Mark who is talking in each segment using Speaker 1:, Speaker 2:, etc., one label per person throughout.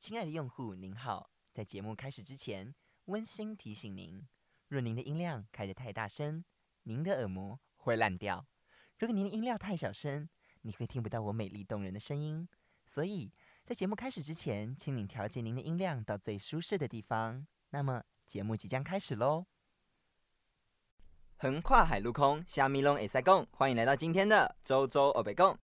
Speaker 1: 亲爱的用户，您好，在节目开始之前，温馨提醒您：若您的音量开得太大声，您的耳膜会烂掉；如果您的音量太小声，你会听不到我美丽动人的声音。所以在节目开始之前，请您调节您的音量到最舒适的地方。那么，节目即将开始喽！横跨海陆空，虾米龙也塞贡，欢迎来到今天的周周欧北贡。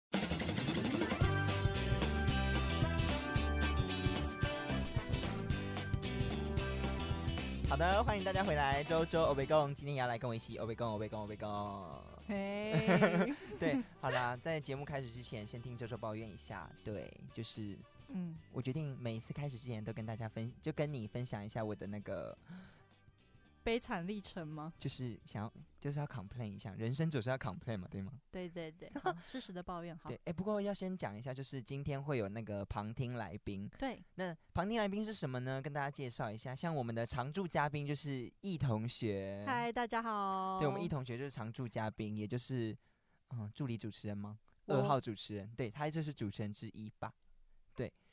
Speaker 1: 好的，欢迎大家回来，周周欧北贡，今天也要来跟我一起欧北贡，欧北贡，欧北贡。
Speaker 2: 嘿，
Speaker 1: 对，好啦，在节目开始之前，先听周周抱怨一下。对，就是
Speaker 2: 嗯，
Speaker 1: 我决定每一次开始之前都跟大家分，就跟你分享一下我的那个，
Speaker 2: 悲惨历程吗？
Speaker 1: 就是想要，就是要 complain 一下，人生总是要 complain 嘛，对吗？
Speaker 2: 对对对，好适时的抱怨好
Speaker 1: 对。，哎，不过要先讲一下，就是今天会有那个旁听来宾。
Speaker 2: 对，
Speaker 1: 那旁听来宾是什么呢？跟大家介绍一下，像我们的常驻嘉宾就是易同学。
Speaker 2: 嗨，大家好。
Speaker 1: 嗯对我们易同学就是常驻嘉宾，也就是嗯助理主持人吗？二
Speaker 2: 我
Speaker 1: 号主持人，对他就是主持人之一吧。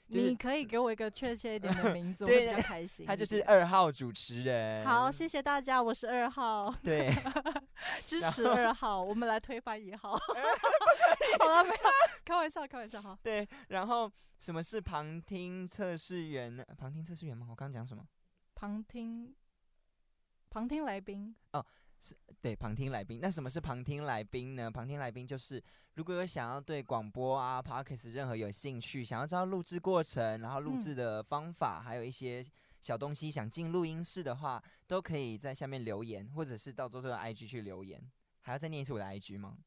Speaker 1: 就是
Speaker 2: 你可以给我一个确切一点的 名字，我
Speaker 1: 对
Speaker 2: 会比较开心一点。
Speaker 1: 他就是二号主持人。
Speaker 2: 好，谢谢大家，我是二号，
Speaker 1: 对，
Speaker 2: 支
Speaker 1: 然
Speaker 2: 持二号，我们来推翻 一号。好了，没有，开玩笑，开玩笑，好。
Speaker 1: 对，然后什么是旁听测试员呢？旁听测试员吗？我刚刚讲什么？
Speaker 2: 旁听，旁听 来宾，
Speaker 1: 对，旁听来宾。那什么是旁听来宾呢？旁听来宾就是如果有想要对广播啊、podcast 任何有兴趣，想要知道录制过程，然后录
Speaker 2: 嗯
Speaker 1: 制的方法，还有一些小东西，想进录音室的话，都可以在下面留言，或者是到周周的 IG 去留言。还要再念一次我的 IG 吗？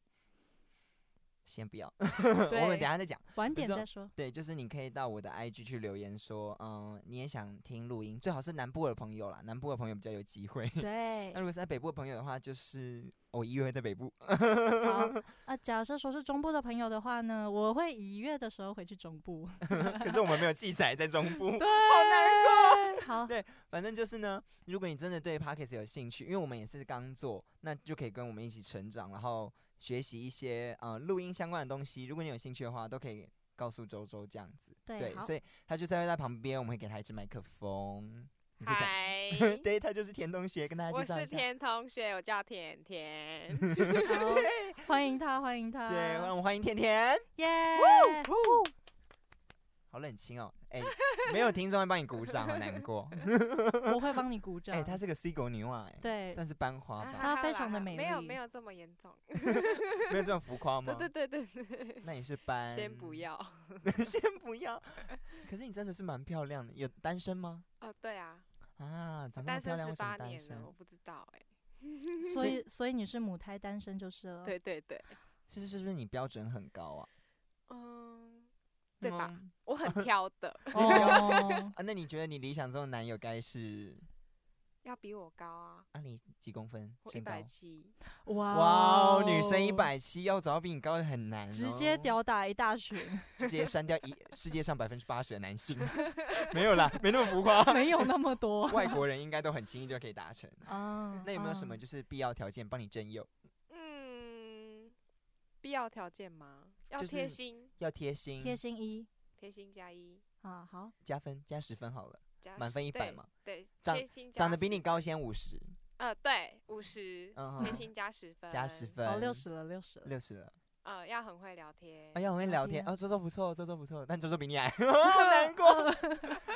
Speaker 1: 先不要，我们等一
Speaker 2: 对，
Speaker 1: 下再讲。
Speaker 2: 晚点
Speaker 1: 说
Speaker 2: 再说。
Speaker 1: 对，就是你可以到我的 IG 去留言说，嗯，你也想听录音，最好是南部的朋友啦，南部的朋友比较有机会。
Speaker 2: 对
Speaker 1: 那，如果是在北部的朋友的话，就是哦我一月会在北部。
Speaker 2: 好。啊，假设说是中部的朋友的话呢，我会一月的时候回去中部。
Speaker 1: 可是我们没有器材在中 部。
Speaker 2: 对，好难过。好，
Speaker 1: 反正就是呢，如果你真的对 Pockets 有兴趣，因为我们也是刚做，那就可以跟我们一起成长，然后学习一些呃录音相关的东西。如果你有兴趣的话，都可以告诉周周这样子。
Speaker 2: 对好
Speaker 1: 所以他就在会在旁边，我们会给他一支麦克风。你可以讲
Speaker 3: 嗨，
Speaker 1: 对，他就是田同学，跟大家
Speaker 3: 我
Speaker 1: 介绍
Speaker 3: 是
Speaker 1: 一下。
Speaker 3: 田同学，我叫甜甜。
Speaker 2: 好，欢迎他，欢迎他。
Speaker 1: 对，让我们欢迎甜甜。
Speaker 2: 耶！
Speaker 1: 好冷清哦， 哎、没有听众会帮你鼓掌，好难过。
Speaker 2: 我会帮你鼓
Speaker 1: 哎、
Speaker 2: 掌。
Speaker 1: 她是个 C 狗牛啊、哎，
Speaker 2: 对，
Speaker 1: 算是班花
Speaker 3: 啊
Speaker 1: 吧，
Speaker 2: 她
Speaker 3: 哈
Speaker 2: 非
Speaker 3: 啦
Speaker 2: 常的
Speaker 3: 哈
Speaker 2: 美
Speaker 3: 没有
Speaker 2: 丽
Speaker 3: 没有这么严重。
Speaker 1: 没有这种浮夸吗嗯
Speaker 3: 对？对对对，对
Speaker 1: 那你是班？
Speaker 3: 先不，要。
Speaker 1: 先不要。 可是你真的是蛮漂亮的，有单身吗？
Speaker 3: 哦，对啊，
Speaker 1: 啊，长这么
Speaker 3: 单
Speaker 1: 漂亮，为
Speaker 3: 身十
Speaker 1: 什么
Speaker 3: 八
Speaker 1: 单
Speaker 3: 年
Speaker 1: 身
Speaker 3: 了，？我不知道哎。
Speaker 2: 所以所以你是母胎单身就是 了。，
Speaker 1: 嗯
Speaker 3: 对对对，
Speaker 1: 是是是不是你标准很高啊？
Speaker 3: 嗯，对吧
Speaker 1: 嗯
Speaker 3: 我很挑的，
Speaker 2: 哦，
Speaker 1: 啊，那你觉得你理想中的男友该是
Speaker 3: 要比我高啊，
Speaker 1: 啊？你几公分？
Speaker 3: 我一
Speaker 1: 身高
Speaker 3: 百？七。
Speaker 2: 哇
Speaker 1: 哇哦，女生一，百哦七要找到比你高的很难、
Speaker 2: 直接，吊打一 大群，
Speaker 1: 直接删掉一世界上百分之八十的男性， 没有啦，没那么浮夸。
Speaker 2: 没有那么 多
Speaker 1: 外国人应该都很轻易就可以达成。
Speaker 2: 啊。
Speaker 1: 那有没有什
Speaker 2: 啊
Speaker 1: 么就是必要条件帮你征友？
Speaker 3: 嗯，必要条件吗？要
Speaker 1: 就
Speaker 3: 贴
Speaker 1: 是
Speaker 3: 心，
Speaker 1: 要贴心，
Speaker 2: 贴心一
Speaker 3: 贴心加一，
Speaker 2: 啊？好，
Speaker 1: 加分加十分好了，
Speaker 3: 加
Speaker 1: 满
Speaker 3: 十
Speaker 1: 分一百
Speaker 3: 对
Speaker 1: 嘛。
Speaker 3: 对，
Speaker 1: 长
Speaker 3: 贴心加
Speaker 1: 长得比
Speaker 3: 十
Speaker 1: 你高先五十，
Speaker 3: 呃，对，五十，
Speaker 1: 嗯
Speaker 3: 贴
Speaker 1: 哼
Speaker 3: 心哦加十分，
Speaker 1: 加十，分，
Speaker 2: 好哦六，十了，六十了。
Speaker 1: 六十了。
Speaker 3: 呃，要很会聊天。
Speaker 1: 哎呀，很会
Speaker 2: 聊
Speaker 1: 聊
Speaker 2: 天
Speaker 1: 天哦，周周不错，周周不错，但周周比你矮， 好难过。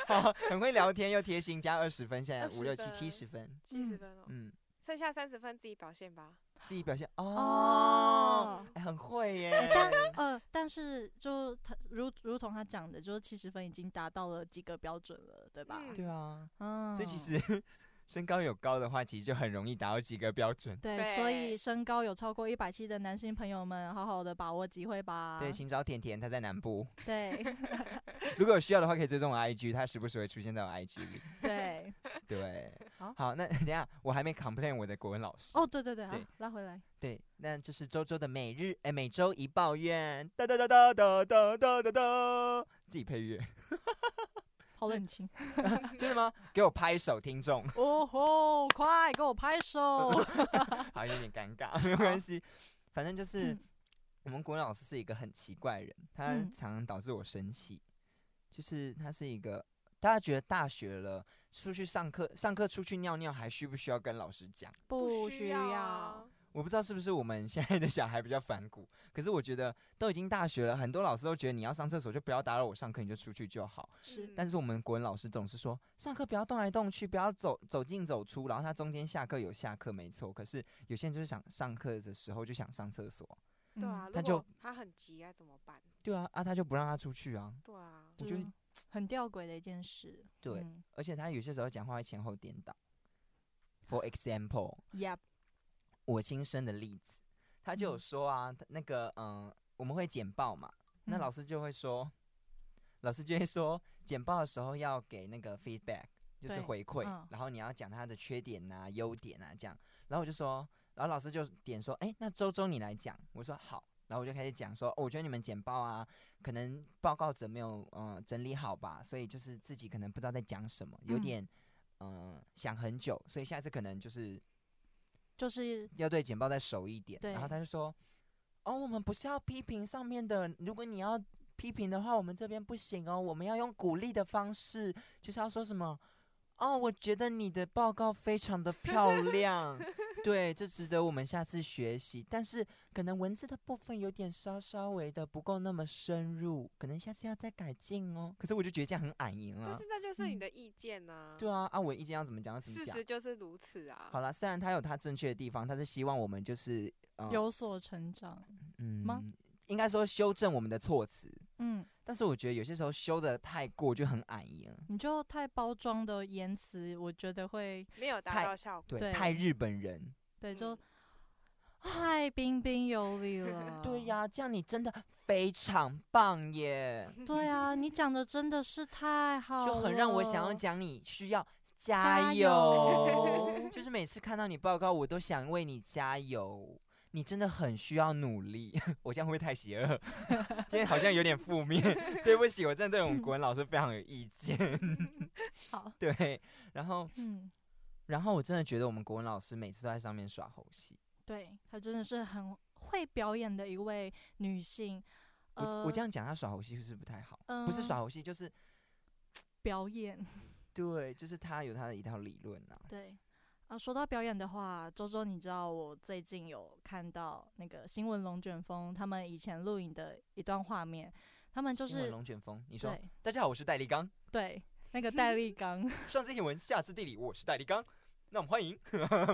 Speaker 1: 好，很会聊天又贴心，加二十分，现在五
Speaker 3: 20
Speaker 1: 六七
Speaker 3: 分
Speaker 1: 七十分。
Speaker 3: 七十
Speaker 2: 嗯
Speaker 3: 分哦，
Speaker 1: 嗯，
Speaker 3: 剩下三十分自己表现吧。
Speaker 1: 自己表现哦，
Speaker 2: 哦，
Speaker 1: 哎，很会耶。
Speaker 2: 但呃，但是就他如如同他讲的，就是七十分已经达到了及格标准了，对吧？
Speaker 3: 嗯
Speaker 1: 对啊，
Speaker 2: 嗯，
Speaker 1: 所以其实 身高有高的话，其实就很容易达到及格标准。
Speaker 2: 对，所以
Speaker 3: 对
Speaker 2: 身高有超过一百七的男性朋友们，好好的把握机会吧。
Speaker 1: 对，寻找甜甜，她在南部。
Speaker 2: 对
Speaker 1: 如果有需要的话，可以追踪我 IG，他时不时会出现在我 IG 里。
Speaker 2: 对
Speaker 1: 对，
Speaker 2: 好
Speaker 1: 那 等一下我还没 complain 我的国文老师。
Speaker 2: 哦，对对对，好
Speaker 1: 对，
Speaker 2: 拉回来。
Speaker 1: 对，那就是周周的每日哎，每周一抱怨，哒哒哒哒哒哒哒哒哒，自己配乐，
Speaker 2: 好冷清
Speaker 1: 真的吗？给我拍手，听众，
Speaker 2: 哦吼！快给我拍手！
Speaker 1: 好有点尴尬，没有关系，反正就是、
Speaker 2: 嗯
Speaker 1: 我们国文老师是一个很奇怪的人，他
Speaker 2: 嗯
Speaker 1: 常常导致我生气，就是他是一个大家觉得大学了，出去上课，上课出去尿尿还需不需要跟老师讲？
Speaker 2: 不
Speaker 3: 需
Speaker 2: 需
Speaker 3: 要
Speaker 2: 要
Speaker 3: 啊。
Speaker 1: 我不知道是不是我们现在的小孩比较反骨，可是我觉得都已经大学了，很多老师都觉得你要上厕所就不要打扰我上课，你就出去就好。
Speaker 2: 是
Speaker 3: 嗯
Speaker 1: 但是我们国文老师总是说，上课不要动来动去，不要走走进走出，然后他中间下课有下课没错，可是有些人就是想上课的时候就想上厕所，
Speaker 2: 嗯
Speaker 3: 对啊，
Speaker 1: 他
Speaker 3: 如
Speaker 1: 嗯就
Speaker 3: 果他很急该怎么办？
Speaker 1: 对啊，啊他就不让他出去啊，
Speaker 3: 对啊，
Speaker 1: 我
Speaker 2: 就
Speaker 1: 觉得
Speaker 2: 很吊诡的一件事。
Speaker 1: 对
Speaker 2: 嗯
Speaker 1: 而且他有些时候讲话会前后颠倒。For example，
Speaker 2: ，Yep，
Speaker 1: 我亲身的例子，他就有
Speaker 2: 嗯
Speaker 1: 说啊，他那个嗯，我们会简报嘛，那
Speaker 2: 嗯
Speaker 1: 老师就会说，老师就会说，简报的时候要给那个 feedback，就是
Speaker 2: 对
Speaker 1: 回馈，
Speaker 2: 嗯
Speaker 1: 然后你要讲他的缺点呐、优点啊这样。然后我就说，然后老师就点说，哎、那周周你来讲。我说好，然后我就开始讲说，哦，我觉得你们简报啊，可能报告者没有嗯、呃整理好吧，所以就是自己可能不知道在讲什么，有
Speaker 2: 嗯
Speaker 1: 点嗯、呃想很久，所以下次可能就是
Speaker 2: 就是
Speaker 1: 要对简报再熟一点。然后
Speaker 2: 对
Speaker 1: 他就说：“哦，我们不是要批评上面的，如果你要批评的话，我们这边不行哦，我们要用鼓励的方式，就是要说什么。”哦，我觉得你的报告非常的漂 亮，对，这值得我们下次学习。但是可能文字的部分有点稍稍微的不够那么深入，可能下次要再改进哦。可是我就觉得这样很矮赢
Speaker 3: 但
Speaker 1: 啊
Speaker 3: 是，那就是你
Speaker 2: 嗯
Speaker 3: 的意见呢。
Speaker 1: 对啊，啊，我意见要怎么讲要怎么
Speaker 3: 事
Speaker 1: 讲。
Speaker 3: 实就是如此啊。
Speaker 1: 好了，虽然他有他正确的地方，他是希望我们就是、呃、
Speaker 2: 有所成长。
Speaker 1: 嗯
Speaker 2: 吗
Speaker 1: 应该说修正我们的措辞，
Speaker 2: 嗯，
Speaker 1: 但是我觉得有些时候修的太过就很矮了，
Speaker 2: 你就太包装的言辞，我觉得会
Speaker 3: 没有达
Speaker 1: 太
Speaker 3: 到效果。
Speaker 1: 对，
Speaker 2: 对
Speaker 1: 太日本人。
Speaker 2: 对，
Speaker 3: 嗯
Speaker 2: 就太彬彬有礼了。
Speaker 1: 对、呀、这样你真的非常棒耶，
Speaker 2: 对啊，你讲的真的是太好了，
Speaker 1: 就很让我想要讲你需要加
Speaker 2: 加 油
Speaker 1: 就是每次看到你报告，我都想为你加油。你真的很需要努力， 我这样会不会太邪恶？ 今天好像有点负面， 对不起，我真的对我们国文老师非常有意见。
Speaker 2: 好。
Speaker 1: 对，然后，
Speaker 2: 嗯，
Speaker 1: 然后我真的觉得我们国文老师每次都在上面耍猴戏。
Speaker 2: 对，她真的是很会表演的一位女性。
Speaker 1: 我
Speaker 2: 呃，
Speaker 1: 我这样讲他耍猴戏是不是不太好？不是
Speaker 2: 嗯
Speaker 1: 耍猴戏，就是
Speaker 2: 表演，
Speaker 1: 对，就是他有他的一套理论啊。
Speaker 2: 对。啊，说到表演的话，周周，你知道我最近有看到那个新闻龙卷风他们以前录影的一段画面，他们就
Speaker 1: 新闻
Speaker 2: 是
Speaker 1: 龙卷风，你说
Speaker 2: 对
Speaker 1: 大家好，我是戴立刚，
Speaker 2: 对那个戴立刚，
Speaker 1: 上知天文，下知地理，我是戴立刚。那我们欢迎，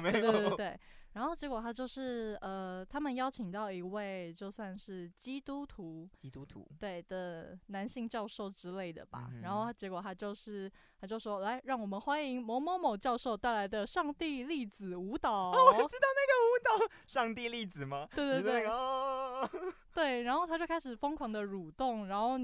Speaker 1: 没
Speaker 2: 对
Speaker 1: 有
Speaker 2: 对对对。然后结果他就是呃，他们邀请到一位就算是 基督徒
Speaker 1: 基督徒，
Speaker 2: 对的男性教授之类的吧。
Speaker 1: 嗯哼
Speaker 2: 然后他结果他就是他就说来，让我们欢迎某某某教授带来的上帝粒子舞蹈。
Speaker 1: 哦，我知道那个舞蹈，上帝粒子吗？
Speaker 2: 对对
Speaker 1: 就是那
Speaker 2: 对
Speaker 1: 个哦
Speaker 2: 对，然后他就开始疯狂的蠕动，然后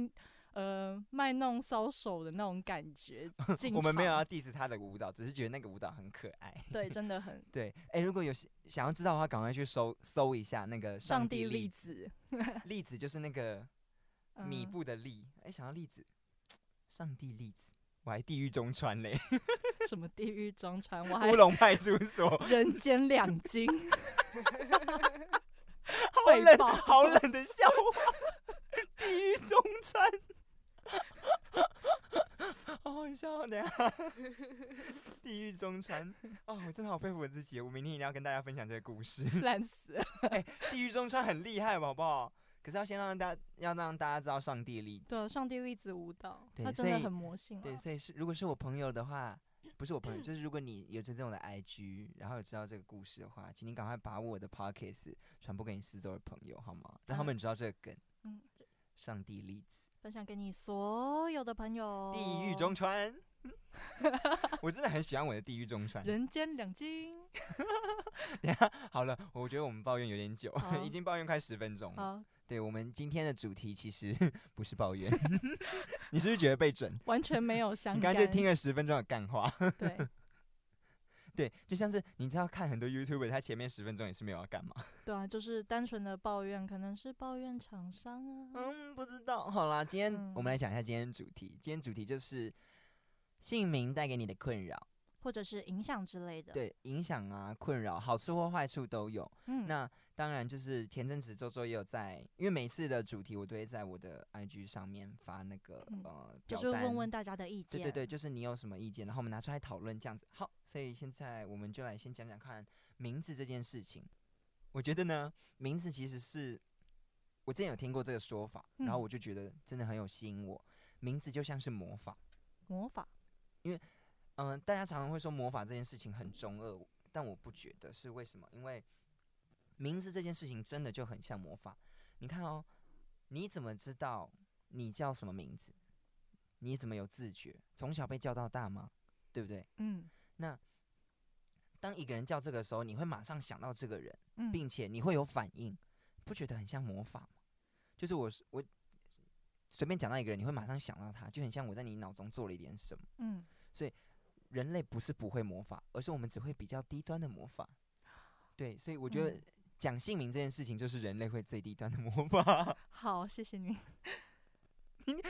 Speaker 2: 呃卖弄搔首的那种感觉进
Speaker 1: 我们没有啊
Speaker 2: 场
Speaker 1: 要 diss 他的舞蹈，只是觉得那个舞蹈很可爱。
Speaker 2: 对，真的很
Speaker 1: 对，哎、如果有想想要知道的话，赶快去搜搜一下那个
Speaker 2: 上
Speaker 1: 帝
Speaker 2: 帝粒
Speaker 1: 粒
Speaker 2: 子。
Speaker 1: 粒子，就是那个米
Speaker 2: 嗯
Speaker 1: 布的粒。哎、想到粒子，上帝粒子，我还地狱中穿嘞。
Speaker 2: 什么地狱装船，我还
Speaker 1: 乌龙派出所，
Speaker 2: 人间两金。
Speaker 1: 好
Speaker 2: 被
Speaker 1: 冷，
Speaker 2: 爆
Speaker 1: 好冷的笑话， 地狱中川， 好好笑，等一下， 地狱中川，哦，我真的好佩服我自己，我明天一定要跟大家分享这个故事。
Speaker 2: 烂死了。
Speaker 1: 地狱中川很厉害，好不好？可是要先让大家，要让大家知道上帝力。
Speaker 2: 对，啊上帝粒子舞蹈，
Speaker 1: 对
Speaker 2: 它
Speaker 1: 所
Speaker 2: 真的
Speaker 1: 以
Speaker 2: 很魔性、啊。
Speaker 1: 对，所以是如果是我朋友的话，不是我
Speaker 2: 嗯
Speaker 1: 朋友，就是如果你有追踪我的 IG，然后有知道这个故事的话，请你赶快把我的 Podcast 传播给你四周的朋友，好吗？让他
Speaker 2: 嗯
Speaker 1: 们知道这个梗。
Speaker 2: 嗯
Speaker 1: 上帝力
Speaker 2: 分享给你所有的朋友。
Speaker 1: 地狱中 川。我真的很喜欢我的地狱中川。
Speaker 2: 人间两金。
Speaker 1: 等一下好了，我觉得我们抱怨有点久，
Speaker 2: 好
Speaker 1: 已经抱怨快十分钟了。
Speaker 2: 好，
Speaker 1: 对我们今天的主题其实 不是抱怨，你是不是觉得被整？
Speaker 2: 完全没有相
Speaker 1: 你
Speaker 2: 干。
Speaker 1: 刚才就听了十分钟的干话，
Speaker 2: 对，
Speaker 1: 对，就像是你知道看很多 YouTube，他前面十分钟也是没有要干嘛。
Speaker 2: 对啊，就是单纯的抱怨，可能是抱怨厂商啊。
Speaker 1: 嗯，不知道。好啦，今天、我们
Speaker 2: 嗯
Speaker 1: 来讲一下今天的主题。今天主题就是姓名带给你的困扰。
Speaker 2: 或者是影响之类的。，
Speaker 1: 对影响啊、困扰、好处或坏处都有。
Speaker 2: 嗯，
Speaker 1: 那当然就是前阵子周周也有在，因为每次的主题我都会在我的 IG 上面发那个、
Speaker 2: 嗯
Speaker 1: 呃，
Speaker 2: 就是
Speaker 1: 表单
Speaker 2: 问问大家的意见。
Speaker 1: 对对对，就是你有什么意见，然后我们拿出来讨论这样子。好，所以现在我们就来先讲讲看名字这件事情。我觉得呢，名字其实是我之前有听过这个说法，然后
Speaker 2: 嗯
Speaker 1: 我就觉得真的很有吸引我。名字就像是魔法，
Speaker 2: 魔法，
Speaker 1: 嗯、大家常常会说魔法这件事情很中二，但我不觉得是为什么，因为名字这件事情真的就很像魔法。你看哦，你怎么知道你叫什么名字？你怎么有自觉？从小被叫到大吗？对不对？
Speaker 2: 嗯
Speaker 1: 当一个人叫这个的时候，你会马上想到这个人，
Speaker 2: 嗯，
Speaker 1: 并且你会有反应，不觉得很像魔法吗？就是我是我随便讲到一个人，你会马上想到他，就很像我在你脑中做了一点什么。
Speaker 2: 嗯，
Speaker 1: 人类不是不会魔法，而是我们只会比较低端的魔法。对，所以我觉得
Speaker 2: 嗯
Speaker 1: 讲姓名这件事情就是人类会最低端的魔法。
Speaker 2: 好，谢谢你。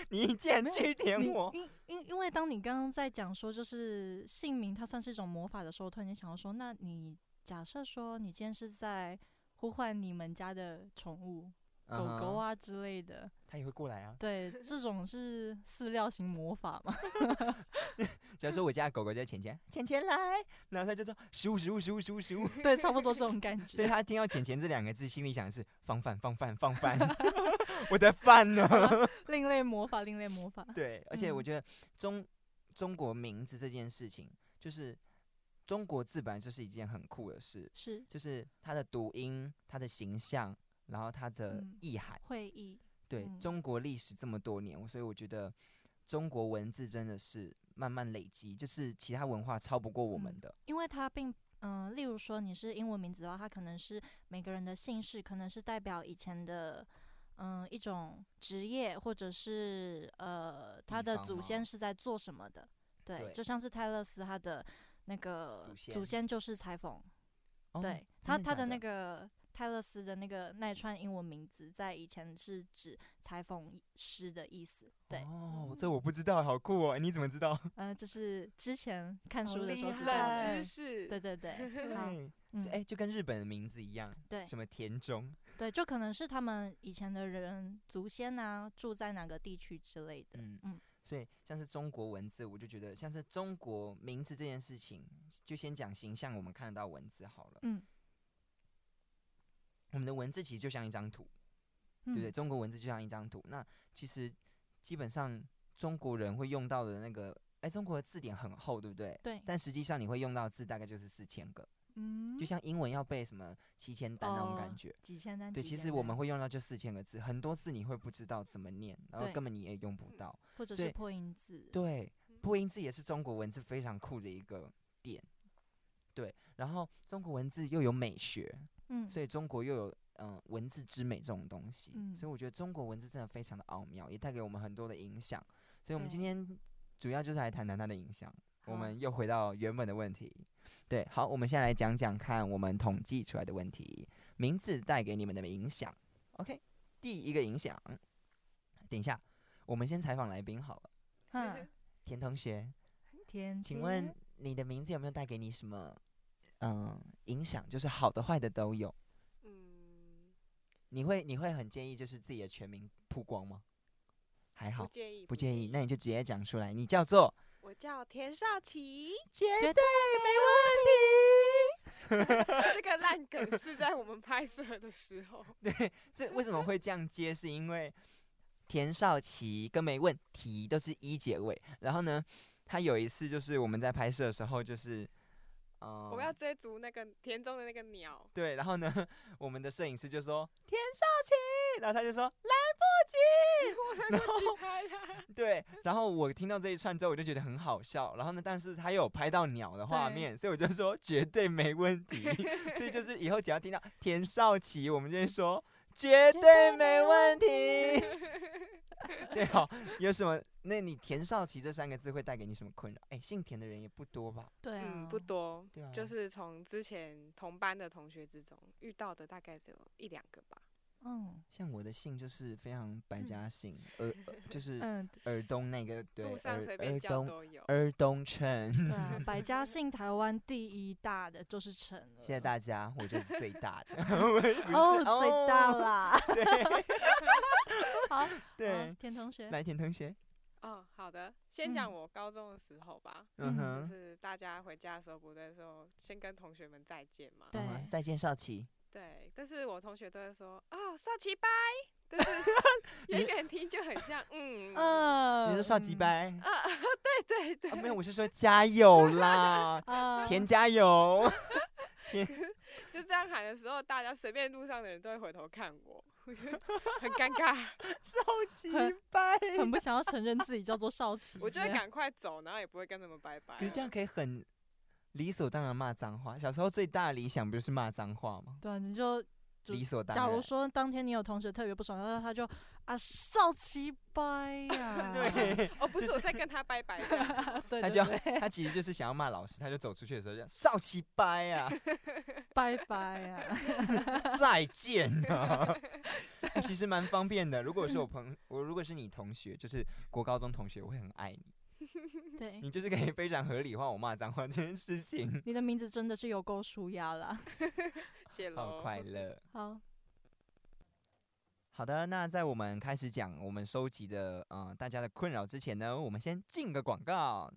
Speaker 1: 你竟然
Speaker 2: 没有
Speaker 1: 去点
Speaker 2: 你
Speaker 1: 我，
Speaker 2: 因因因为当你刚刚在讲说就是姓名它算是一种魔法的时候，我突然间想到说，那你假设说你今天是在呼唤你们家的宠物、狗狗
Speaker 1: 啊，
Speaker 2: 啊之类的，
Speaker 1: 他也会过来啊。
Speaker 2: 对，这种是饲料型魔法嘛？
Speaker 1: 假如说我家的狗狗叫浅浅，浅浅来，然后他就说食物食物食物食物食物，
Speaker 2: 对，差不多这种感
Speaker 1: 所以
Speaker 2: 觉。
Speaker 1: 他听到“捡钱”这两个字，心里想的是放饭放饭放 饭，我的饭呢？
Speaker 2: 另类魔法，另类魔法。
Speaker 1: 对，而且我
Speaker 2: 嗯
Speaker 1: 觉得中中国名字这件事情，就是中国字本来就是一件很酷的事，
Speaker 2: 是
Speaker 1: 就是它的读音、它的形象，然后它的
Speaker 2: 嗯
Speaker 1: 意涵。
Speaker 2: 会议，
Speaker 1: 对，
Speaker 2: 嗯
Speaker 1: 中国历史这么多年，所以我觉得中国文字真的是慢慢累积，就是其他文化超不过我们
Speaker 2: 嗯
Speaker 1: 的。
Speaker 2: 因为它并嗯、例如说你是英文名字的话，它可能是每个人的姓氏，可能是代表以前的嗯、一种职业，或者是呃他
Speaker 1: 地
Speaker 2: 的
Speaker 1: 方
Speaker 2: 祖
Speaker 1: 吗
Speaker 2: 先是在做什么的。对，
Speaker 1: 对
Speaker 2: 就像是泰勒斯他的那个
Speaker 1: 祖先
Speaker 2: 就是裁缝，
Speaker 1: 哦
Speaker 2: 对
Speaker 1: 真
Speaker 2: 他
Speaker 1: 的
Speaker 2: 他
Speaker 1: 假
Speaker 2: 的
Speaker 1: 的
Speaker 2: 那个。泰勒斯的那个那一串英文名字，在以前是指裁缝师的意思。对，嗯
Speaker 1: 哦，这我不知道，好酷哦！你怎么知道？
Speaker 2: 呃，就是之前看
Speaker 1: 好
Speaker 2: 书的
Speaker 1: 厉
Speaker 2: 时候知道的。
Speaker 1: 害
Speaker 3: 嗯冷知识，
Speaker 2: 对对对， 好
Speaker 1: 对，
Speaker 2: 嗯
Speaker 1: 是，哎、就跟日本的名字一样，
Speaker 2: 对
Speaker 1: 什么田中，
Speaker 2: 对，就可能是他们以前的人祖先啊，住在哪个地区之类的。
Speaker 1: 嗯
Speaker 2: 嗯
Speaker 1: 所以像是中国文字，我就觉得像是中国名字这件事情，就先讲形象，我们看得到文字好了。
Speaker 2: 嗯，
Speaker 1: 我们的文字其实就像一张图，对
Speaker 2: 对嗯
Speaker 1: 不对？中国文字就像一张图，那其实基本上中国人会用到的那个，哎、中国的字典很厚，对不对？
Speaker 2: 对，
Speaker 1: 但实际上你会用到的字大概就是四千个，
Speaker 2: 嗯
Speaker 1: 就像英文要背什么七千单那种
Speaker 2: 哦
Speaker 1: 感觉。
Speaker 2: 几千单。
Speaker 1: 对，
Speaker 2: 几
Speaker 1: 其
Speaker 2: 千
Speaker 1: 实我
Speaker 2: 单
Speaker 1: 们会用到就四千个字，很多字你会不知道怎么念，然后
Speaker 2: 对
Speaker 1: 根本你也用不到。
Speaker 2: 或者
Speaker 1: 所
Speaker 2: 是
Speaker 1: 以
Speaker 2: 破音字。
Speaker 1: 对，
Speaker 2: 嗯
Speaker 1: 破音字也是中国文字非常酷的一个点。对，然后中国文字又有美学，
Speaker 2: 嗯，
Speaker 1: 所以中国又有嗯、呃文字之美这种东西，
Speaker 2: 嗯
Speaker 1: 所以我觉得中国文字真的非常的奥妙，也带给我们很多的影响。所以我们今
Speaker 2: 对
Speaker 1: 天主要就是来谈谈它的影响。我
Speaker 2: 好
Speaker 1: 们又回到原本的问题，对，好，我们现在来讲讲看我们统计出来的问题，名字带给你们的影响。OK，第一个影响，等一下，我们先采访来宾好了，
Speaker 2: 嗯，
Speaker 1: 田同学，
Speaker 2: 天，
Speaker 1: 请问
Speaker 2: 天
Speaker 1: 你的名字有没有带给你什么嗯、影响？就是好的坏的都有。
Speaker 3: 嗯，
Speaker 1: 你会你会很介意就是自己的全名曝光吗？还
Speaker 3: 不
Speaker 1: 好
Speaker 3: 介意，
Speaker 1: 不介意，
Speaker 3: 意。
Speaker 1: 那你就直接讲出来，你叫做
Speaker 3: 我叫田少奇，
Speaker 1: 绝对
Speaker 2: 对
Speaker 1: 没
Speaker 3: 这个烂梗是在我们拍摄的时候，
Speaker 1: 问题。对， 这为什么会这样接？是因为田少奇跟没问题都是一结尾，然后呢，他有一次就是我们在拍摄的时候就是。嗯
Speaker 3: 我们要追逐那个田中的那个鸟，
Speaker 1: 对，然后呢，我们的摄影师就说田少 奇，然后他就说来不及， 然后
Speaker 3: 去拍它。
Speaker 1: 对，然后我听到这一串之后，我就觉得很好笑。然后呢，但是他又有拍到鸟的画
Speaker 2: 对
Speaker 1: 面，所以我就说绝对没问题。所以就是以后只要听到田少奇，我们就会说绝对
Speaker 2: 对
Speaker 1: 没
Speaker 2: 没
Speaker 1: 问题。对哦，有什么？那你田少奇这三个字会带给你什么困扰？哎，姓田的人也不多吧？
Speaker 2: 对啊
Speaker 3: 嗯，，不多，
Speaker 1: 对啊，
Speaker 3: 就是从之前同班的同学之中遇到的，大概只有一两个吧。
Speaker 2: 嗯
Speaker 1: 像我的姓就是非常百家姓，尔呃就是
Speaker 2: 嗯，
Speaker 1: 尔东那个对，
Speaker 3: 路上
Speaker 1: 尔
Speaker 3: 随
Speaker 1: 尔
Speaker 3: 便叫
Speaker 1: 东
Speaker 3: 都有。
Speaker 1: 尔东城，
Speaker 2: 对啊，百家姓台湾第一大的就是陈了，
Speaker 1: 谢谢大家，我就是最大的，嗯 我也不是
Speaker 2: 哦，最大
Speaker 1: 哦
Speaker 2: 啦，
Speaker 1: 对
Speaker 2: 好，好
Speaker 1: 对，
Speaker 2: 田同学，
Speaker 1: 来田同学，
Speaker 3: 哦，好的，先讲我高中的时候吧，
Speaker 1: 嗯
Speaker 3: 就
Speaker 1: 哼，
Speaker 3: 是大家回家的时候，不对说先跟同学们再见嘛。
Speaker 2: 对
Speaker 1: 好啊再见少奇，
Speaker 3: 对，但是我同学都会说哦，少奇拜，但是远远听就很像，嗯，
Speaker 2: 嗯，
Speaker 1: 你说少奇
Speaker 2: 嗯，，
Speaker 1: 掰，
Speaker 3: 对对
Speaker 1: 啊没有，我是说加油啦
Speaker 2: 啊，
Speaker 1: 田加油。
Speaker 3: 就这样喊的时候，大家随便路上的人都会回头看我，很尴尬，
Speaker 1: 少奇掰。
Speaker 2: 很不想要承认自己叫做少奇，
Speaker 3: 我就会
Speaker 2: 这样
Speaker 3: 赶快走，然后也不会跟他们拜拜。
Speaker 1: 可是这样，可以很理所当然骂脏话。小时候最大的理想不就是骂脏话吗？
Speaker 2: 对啊，你就就
Speaker 1: 理所当然。，
Speaker 2: 假如说当天你有同学特别不爽，然后他就啊少奇掰呀
Speaker 1: 对，
Speaker 3: 哦，不是我在跟他拜拜这样，
Speaker 2: 对
Speaker 1: 他
Speaker 2: 对
Speaker 1: 就
Speaker 2: 对，
Speaker 1: 他其实就是想要骂老师，他就走出去的时候就少奇掰啊，
Speaker 2: 拜拜呀，
Speaker 1: 再见啊。哎其实蛮方便的。如果是我朋，我如果是你同学，就是国高中同学，我会很爱你。
Speaker 2: 对，
Speaker 1: 你就是可以非常合理化我骂脏话这件事 情，
Speaker 2: 你的名字真的是有够舒压啦。
Speaker 3: 谢
Speaker 1: 好
Speaker 3: 喽。
Speaker 1: 快乐。
Speaker 2: 好，
Speaker 1: 好的，那在我们开始讲我们收集的呃大家的困扰之前呢，我们先进个广告。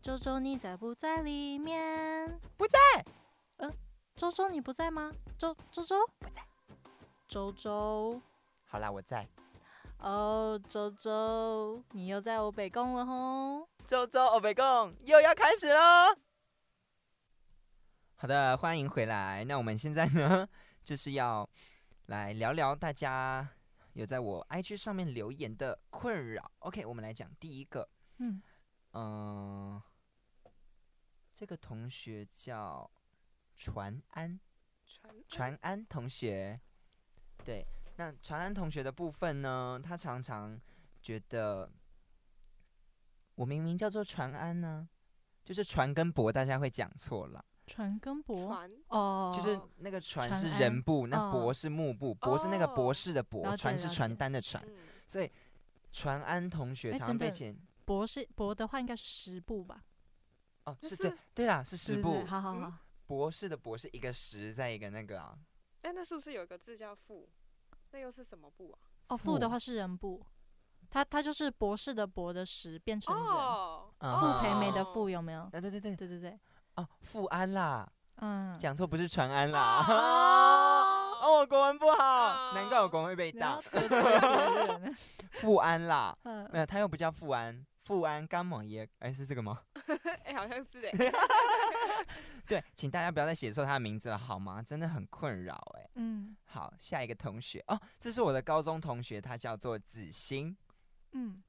Speaker 2: 周周你在不在里面？
Speaker 1: 不在。
Speaker 2: 呃，周周你不在吗？周周周不在。周周，
Speaker 1: 好啦，我在。
Speaker 2: 哦，周周，你又在我北宫了吼。
Speaker 1: 周周欧北共又要开始喽。好的，欢迎回来。那我们现在呢， 就是要来聊聊大家有在我 IG 上面留言的困扰。OK，我们来讲第一个，
Speaker 2: 嗯，
Speaker 1: 嗯、这个同学叫传安。
Speaker 3: 传
Speaker 1: 传安同学，对，那传安同学的部分呢，他常常觉得我明明叫做传安呢、就是传跟博大家会讲错了，
Speaker 2: 传跟博
Speaker 3: 传
Speaker 2: 哦，
Speaker 1: 就是
Speaker 3: 哦
Speaker 1: 那个船
Speaker 2: 传
Speaker 1: 是
Speaker 2: 安
Speaker 1: 人部，那
Speaker 2: 哦
Speaker 1: 博是木部，博是那个博
Speaker 3: 哦
Speaker 1: 士的博，
Speaker 2: 了解
Speaker 1: 传是
Speaker 2: 了
Speaker 1: 传
Speaker 2: 解
Speaker 1: 单的传，
Speaker 3: 嗯，
Speaker 1: 所以传安同学
Speaker 2: 哎
Speaker 1: 常常
Speaker 2: 等
Speaker 1: 被
Speaker 2: 等
Speaker 1: 简
Speaker 2: 博是博的话应该是十步吧？
Speaker 1: 哦，
Speaker 3: 就是是
Speaker 1: 对对啦，是
Speaker 2: 对
Speaker 1: 十
Speaker 2: 对
Speaker 1: 部
Speaker 2: 对，好好
Speaker 3: 嗯
Speaker 2: 好，
Speaker 1: 博士的博是一个十，再一个那个啊，
Speaker 3: 哎，那是不是有一个字叫父？那又是什么部啊？
Speaker 2: 哦，副的
Speaker 1: 副
Speaker 2: 话是人部，它它就是博士的博的十变成人，
Speaker 3: 哦，
Speaker 1: 嗯
Speaker 2: 傅培梅的
Speaker 3: 哦
Speaker 2: 傅有没有？
Speaker 1: 啊对对对，
Speaker 2: 对对对，
Speaker 1: 哦，富安啦，
Speaker 2: 嗯，
Speaker 1: 讲错不是传安 啦。
Speaker 3: 哦
Speaker 1: 哦，我国文不好，
Speaker 3: 哦
Speaker 1: 难怪我国文会被
Speaker 2: 你
Speaker 1: 打
Speaker 2: 要。得罪别人了
Speaker 1: 富安啦，没
Speaker 2: 嗯，
Speaker 1: 有，他又不叫富安，富安干毛耶，哎，是这个吗？
Speaker 3: 哎，好像是哎，
Speaker 1: 对，请大家不要再写错他的名字了，好吗？真的很困扰哎。
Speaker 2: 嗯
Speaker 1: 好，下一个同学哦，这是我的高中同学，他叫做子欣。
Speaker 2: 嗯，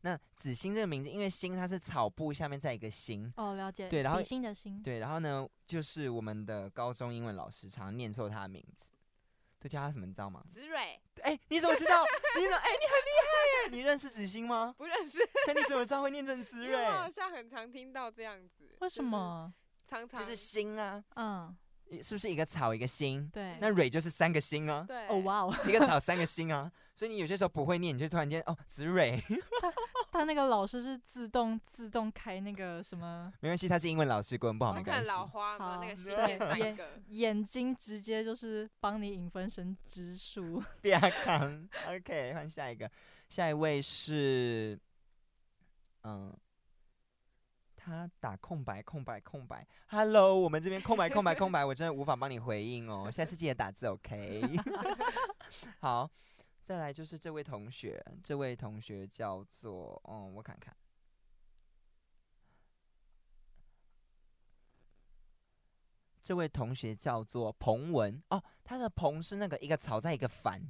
Speaker 1: 那子欣这个名字，因为“欣”它是草部下面再一个“心
Speaker 2: 哦，了解。
Speaker 1: 对然后
Speaker 2: 比心的”，心，
Speaker 1: 对，然后呢，就是我们的高中英文老师常常念错他的名字，都叫他什么，你知道吗？
Speaker 3: 子蕊
Speaker 1: 哎、你怎么知道？你怎么？哎、你很厉害耶！你认识子欣吗？
Speaker 3: 不认识，
Speaker 1: 但你怎么知道会念成滋
Speaker 3: 因为我好
Speaker 1: 锐？
Speaker 3: 像很常听到这样子。
Speaker 2: 为什？么？
Speaker 3: 常常
Speaker 1: 就是心啊，
Speaker 2: 嗯，
Speaker 1: 一是不是一个草一个心？
Speaker 2: 对。
Speaker 1: 那哦蕊就是三个心啊，
Speaker 3: 对
Speaker 2: 哦哇哦，
Speaker 1: 一个草三个心啊。所以你有些时候不会念，你就突然间哦，子蕊
Speaker 2: 他那个老师是自动自动开那个什么
Speaker 1: 没关系，他是英文老师，国文不好
Speaker 3: 我
Speaker 1: 哦没关
Speaker 3: 看
Speaker 1: 系。
Speaker 3: 老花嘛，那
Speaker 2: 好
Speaker 3: 个心
Speaker 2: 对
Speaker 3: 眼三
Speaker 2: 眼
Speaker 3: 个，
Speaker 2: 眼睛，直接就是帮你引分神直数。
Speaker 1: 不要扛。OK，换下一个，下一位是，嗯，他打空白，空白，空白。Hello，我们这边空白，空白，空白，我真的无法帮你回应哦，下次记得打字，OK？好，再来就是这位同学，这位同学叫做，嗯，我看看。这位同学叫做彭文哦，他的彭是那个一个草在一个凡，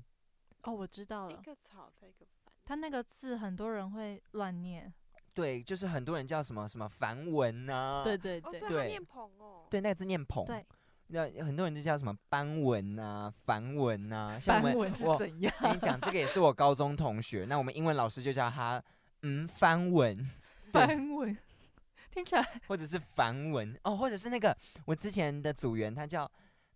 Speaker 2: 哦，我知道
Speaker 3: 一
Speaker 2: 了，
Speaker 3: 个草在一个
Speaker 2: 他那个字很多人会乱念，
Speaker 1: 对，就是很多人叫什么什么梵文呐、
Speaker 2: 对对
Speaker 3: 哦，所
Speaker 2: 对
Speaker 3: 以，他
Speaker 1: 对
Speaker 3: 念捧哦，
Speaker 1: 对，那个字念捧。
Speaker 2: 对，
Speaker 1: 那很多人就叫什么斑纹呐、梵文呐、像
Speaker 2: 斑
Speaker 1: 我们
Speaker 2: 纹是
Speaker 1: 我
Speaker 2: 怎样？
Speaker 1: 跟你讲，这个也是我高中同学，那我们英文老师就叫他嗯翻文。 对
Speaker 2: 斑纹听起来
Speaker 1: 或者是梵文哦，或者是那个我之前的组员，他叫，